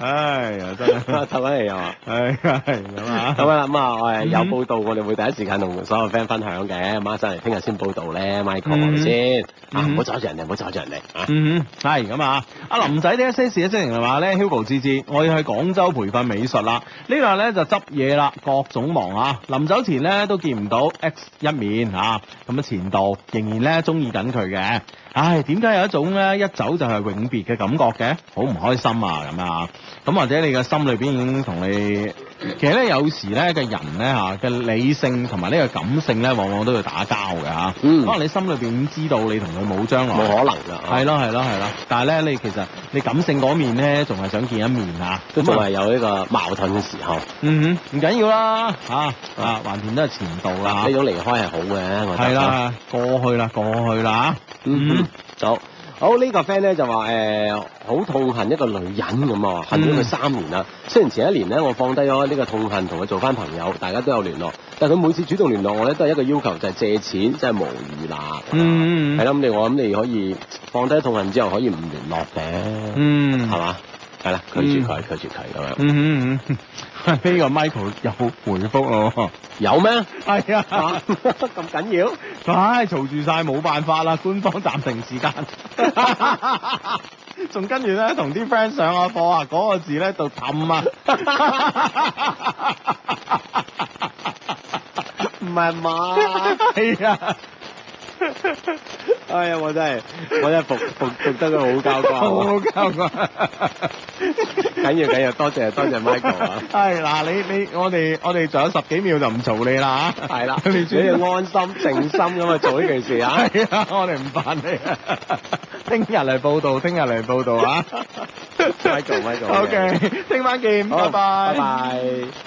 Speaker 1: 唉呀，真係，
Speaker 3: 唞緊氣係嘛？
Speaker 1: 唉，係咁啊，
Speaker 3: 咁啊咁啊，我係有
Speaker 1: 嗯
Speaker 3: 報道，我哋會第一時間同所有 friend 分享嘅。馬上嚟，聽日先報道咧，Michael 係
Speaker 1: 嗯
Speaker 3: 咪先？啊，
Speaker 1: 嗯
Speaker 3: 唔好阻住人哋，唔好阻住人哋啊！
Speaker 1: 嗯哼，係咁啊！阿林仔呢一些事一些情就話咧，Hugo 志志，我要去廣州培訓美術啦。呢度咧就執嘢啦，各種忙啊！臨走前咧都見唔到 X 一面啊，咁啊前度仍然咧中意緊佢嘅。唉，點解有一種咧一走就係永別嘅感覺嘅？好唔開心啊咁啊！咁或者你嘅心裏邊已經同你，其實咧有時咧嘅人咧嚇嘅理性同埋呢個感性咧，往往都會打交嘅嚇。
Speaker 3: 嗯
Speaker 1: 可能你心裏邊已經知道你同佢冇將來。
Speaker 3: 冇可能啦，啊
Speaker 1: 係咯係咯係咯，但係咧你其實你感性嗰面咧，仲係想見一面啊，
Speaker 3: 都仲
Speaker 1: 咁啊
Speaker 3: 係有呢個矛盾嘅時候。
Speaker 1: 嗯哼，唔緊要啦，嚇啊，橫掂都係前度啦
Speaker 3: 啊呢，種離開係好嘅，我覺得。
Speaker 1: 啊係。啦，過去啦過去啦，
Speaker 3: 啊嗯，好。好呢、個 friend 咧就話誒好痛恨一個女人咁啊，恨咗佢三年啦。雖然前一年咧我放低咗呢個痛恨，同佢做翻朋友，大家都有聯絡，但係佢每次主動聯絡我咧，都係一個要求就係、借錢，真係無語啦。
Speaker 1: 嗯嗯嗯
Speaker 3: 係啦，咁你我諗你可以放低痛恨之後，可以唔聯絡嘅，
Speaker 1: 嗯
Speaker 3: 係嘛？係啦，拒絕佢，拒絕佢咁樣。
Speaker 1: 嗯嗯嗯嗯， 呢個 Michael 有回覆咯
Speaker 3: 有咩？
Speaker 1: 喎，係啊
Speaker 3: 啊。 咁緊要？
Speaker 1: 唉，嘈住晒冇辦法啦，官方暫停時間。 仲跟住咧，同啲 friend 上下課啊，嗰、個字咧就氹 啊，
Speaker 3: 唔係嘛？
Speaker 1: 係啊，
Speaker 3: 哎呀，我真係我真係服服服得佢 好交關喎。
Speaker 1: 好鳩啊！
Speaker 3: 緊要緊要，多謝多謝 Michael 啊！
Speaker 1: 係哎嗱，你你我哋我哋仲有十幾秒就唔嘈你啦嚇，
Speaker 3: 係啦，你
Speaker 1: 你專
Speaker 3: 哋安心靜心咁啊做呢件事 啊！
Speaker 1: 係啊，我哋唔煩你啊， 聽日嚟報道，聽日嚟報道啊
Speaker 3: Michael，Michael，
Speaker 1: ，OK，聽晚見，
Speaker 3: 好
Speaker 1: 拜拜，
Speaker 3: 拜拜。